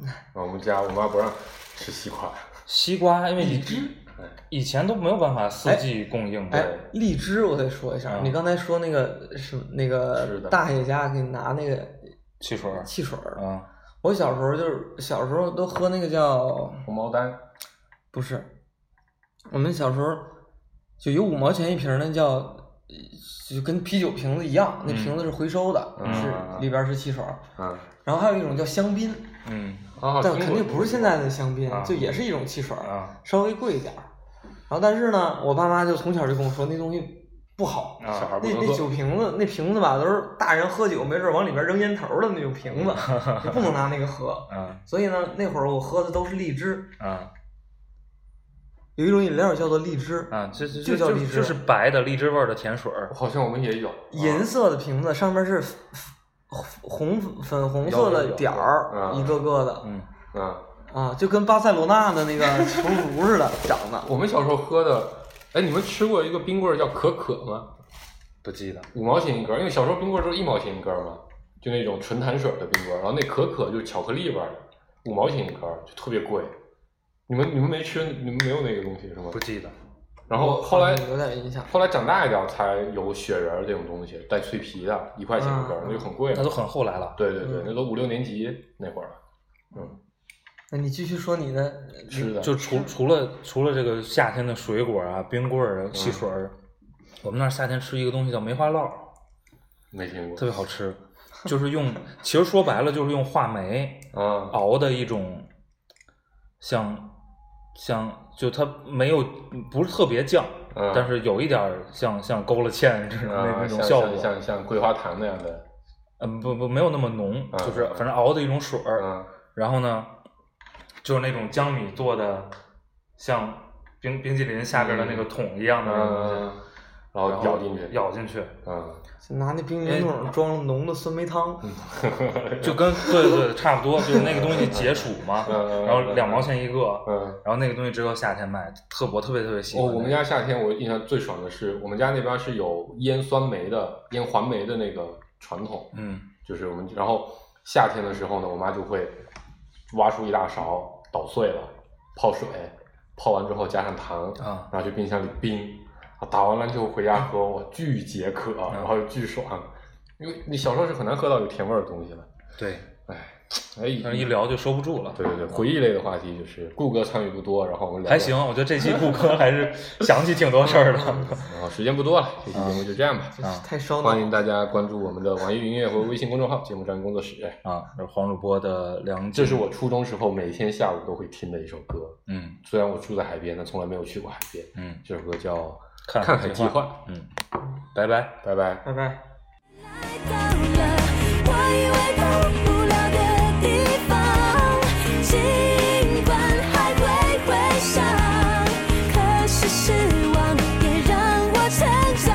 [SPEAKER 4] 嗯
[SPEAKER 3] 然后我们家我妈不让吃西瓜，
[SPEAKER 4] 西瓜，因为
[SPEAKER 3] 一
[SPEAKER 4] 以
[SPEAKER 3] 只，哎
[SPEAKER 4] 以前都没有办法四季供应
[SPEAKER 2] 哎
[SPEAKER 4] 的，，
[SPEAKER 2] 荔枝我得说一下
[SPEAKER 4] 啊，
[SPEAKER 2] 你刚才说那个是那
[SPEAKER 3] 是的
[SPEAKER 2] 个大爷家给你拿那个
[SPEAKER 4] 汽水儿，
[SPEAKER 2] 汽水儿，
[SPEAKER 4] 嗯，
[SPEAKER 2] 我小时候就是小时候都喝那个叫
[SPEAKER 3] 红毛丹，
[SPEAKER 2] 不是，我们小时候就有五毛钱一瓶儿那叫就跟啤酒瓶子一样，那
[SPEAKER 4] 嗯
[SPEAKER 2] 瓶子是回收的，
[SPEAKER 3] 嗯
[SPEAKER 4] 啊
[SPEAKER 2] 是里边儿是汽水儿。
[SPEAKER 3] 嗯，
[SPEAKER 2] 然后还有一种叫香槟，
[SPEAKER 4] 嗯
[SPEAKER 3] 啊，
[SPEAKER 2] 啊但肯定不是现在的香槟
[SPEAKER 4] 啊，
[SPEAKER 2] 就也是一种汽水儿，
[SPEAKER 4] 啊
[SPEAKER 2] 稍微贵一点儿。然后但是呢，我爸妈就从小就跟我说那东西不好。
[SPEAKER 3] 小孩
[SPEAKER 4] 啊
[SPEAKER 3] 不
[SPEAKER 2] 那
[SPEAKER 3] 能
[SPEAKER 2] 那酒
[SPEAKER 3] 喝，
[SPEAKER 2] 瓶子，那瓶子吧，都是大人喝酒没准儿往里边儿扔烟头儿的那种瓶子，就不能拿那个喝。
[SPEAKER 4] 啊
[SPEAKER 2] 所以呢，那会儿我喝的都是荔枝，
[SPEAKER 4] 啊
[SPEAKER 2] 有一种饮料叫做荔枝，
[SPEAKER 4] 啊，这这
[SPEAKER 2] 就
[SPEAKER 4] 这
[SPEAKER 2] 叫
[SPEAKER 4] 就
[SPEAKER 2] 荔枝
[SPEAKER 4] 就是白的荔枝味儿的甜水儿，
[SPEAKER 3] 好像我们也有
[SPEAKER 2] 银色的瓶子，上面是粉红粉红色的点儿，
[SPEAKER 3] 有有有嗯
[SPEAKER 2] 一个个的
[SPEAKER 4] 嗯
[SPEAKER 3] 啊。
[SPEAKER 2] 啊，就跟巴塞罗那的那
[SPEAKER 3] [LAUGHS]
[SPEAKER 2] 个球服似的长得。
[SPEAKER 3] 我们小时候喝的，哎，你们吃过一个冰棍儿叫可可吗？
[SPEAKER 4] 不记得，
[SPEAKER 3] 五毛钱一根儿，因为小时候冰棍儿都是一毛钱一根儿嘛，就那种纯糖水儿的冰棍儿，然后那可可就是巧克力味儿的，五毛钱一根儿，就特别贵。你们你们没吃，你们没有那个东西是吗
[SPEAKER 4] 不？记得，
[SPEAKER 3] 然后后来
[SPEAKER 2] 啊有点印象，
[SPEAKER 3] 后来长大一点儿才有雪人儿这种东西，带脆皮的，一块钱一根儿，
[SPEAKER 2] 嗯
[SPEAKER 3] 那就很贵
[SPEAKER 4] 那
[SPEAKER 3] 嘛
[SPEAKER 4] 都。很后来了，
[SPEAKER 3] 对对对
[SPEAKER 2] 嗯，
[SPEAKER 3] 那都五六年级那会儿了，嗯，
[SPEAKER 2] 那你继续说你的
[SPEAKER 3] 吃的
[SPEAKER 4] 嗯就除除了除了这个夏天的水果啊、冰棍儿啊、
[SPEAKER 3] 嗯
[SPEAKER 4] 汽水儿，我们那儿夏天吃一个东西叫梅花烙儿，
[SPEAKER 3] 没听过，
[SPEAKER 4] 特别好吃，就是用，其实说白了就是用话梅
[SPEAKER 3] 啊
[SPEAKER 4] 熬的一种，像像就它没有不是特别酱，
[SPEAKER 3] 嗯
[SPEAKER 4] 但是有一点儿像像勾了芡这种那
[SPEAKER 3] 啊，
[SPEAKER 4] 那
[SPEAKER 3] 像
[SPEAKER 4] 种效
[SPEAKER 3] 像
[SPEAKER 4] 果，
[SPEAKER 3] 像像桂花糖那样的，
[SPEAKER 4] 嗯不不没有那么浓，
[SPEAKER 3] 嗯
[SPEAKER 4] 就是
[SPEAKER 3] 嗯
[SPEAKER 4] 反正熬的一种水儿，
[SPEAKER 3] 嗯
[SPEAKER 4] 然后呢，就是那种江米做的，像冰冰淇淋下边的那个桶一样的那种东西，
[SPEAKER 3] 嗯，然后咬进去，
[SPEAKER 4] 咬进去，
[SPEAKER 3] 嗯。
[SPEAKER 2] 拿那冰淇淋桶装浓的酸梅汤，
[SPEAKER 4] 就跟对对对差不多，就是那个东西解暑嘛，
[SPEAKER 3] 嗯嗯嗯嗯
[SPEAKER 4] 然后两毛钱一个，
[SPEAKER 3] [LAUGHS] 嗯
[SPEAKER 4] 然后那个东西只有夏天卖，特我特别特别喜
[SPEAKER 3] 哦，
[SPEAKER 4] 欢那个。
[SPEAKER 3] 我们家夏天我印象最爽的是，我们家那边是有腌酸梅的、腌黄梅的那个传统，
[SPEAKER 4] 嗯
[SPEAKER 3] 就是我们，然后夏天的时候呢，我妈就会挖出一大勺，捣碎了，泡水，泡完之后加上糖，
[SPEAKER 4] 啊
[SPEAKER 3] 然后去冰箱里冰，啊打完篮球回家喝，我巨解渴，
[SPEAKER 4] 啊
[SPEAKER 3] 然后巨爽，因为你小时候是很难喝到有甜味儿的东西了，
[SPEAKER 4] 对，
[SPEAKER 3] 哎，哎，
[SPEAKER 4] 但是一聊就收不住了。
[SPEAKER 3] 对对对，回忆类的话题就是顾哥参与不多，然后我们聊
[SPEAKER 4] 还
[SPEAKER 3] 聊
[SPEAKER 4] 行，我觉得这期顾客还是想起挺多事儿
[SPEAKER 2] [LAUGHS]
[SPEAKER 4] 的。
[SPEAKER 3] 然后时间不多了，这期节目就这样吧。
[SPEAKER 2] 啊太烧脑
[SPEAKER 3] 欢。迎大家关注我们的网易云音乐和微信公众号“节目站工作室
[SPEAKER 4] [LAUGHS]
[SPEAKER 3] 哎
[SPEAKER 4] 啊，这是黄主播的梁”。静，
[SPEAKER 3] 这是我初中时候每天下午都会听的一首歌。
[SPEAKER 4] 嗯
[SPEAKER 3] 虽然我住在海边，但从来没有去过海边。
[SPEAKER 4] 嗯，
[SPEAKER 3] 这首歌叫《
[SPEAKER 4] 看
[SPEAKER 3] 看
[SPEAKER 4] 海
[SPEAKER 3] 海
[SPEAKER 4] 计
[SPEAKER 3] 计
[SPEAKER 4] 划
[SPEAKER 3] 划》。
[SPEAKER 4] 嗯，拜拜。
[SPEAKER 3] 拜拜。
[SPEAKER 2] 拜拜。
[SPEAKER 6] 到了我以为到不了的地方，尽管还会回想，可是失望也让我成长，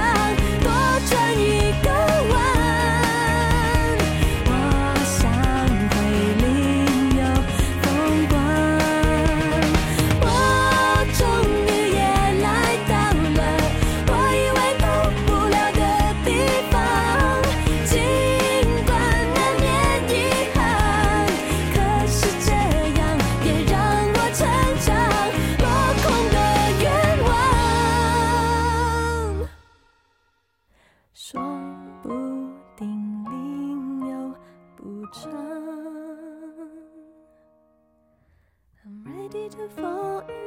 [SPEAKER 6] 多转一个弯。我想回另有风光。我终于也来到了我以为到不了的地方，尽管难免遗憾，可是这样也让我成长，落空的愿望。说不定另有补偿。I'm ready to fall in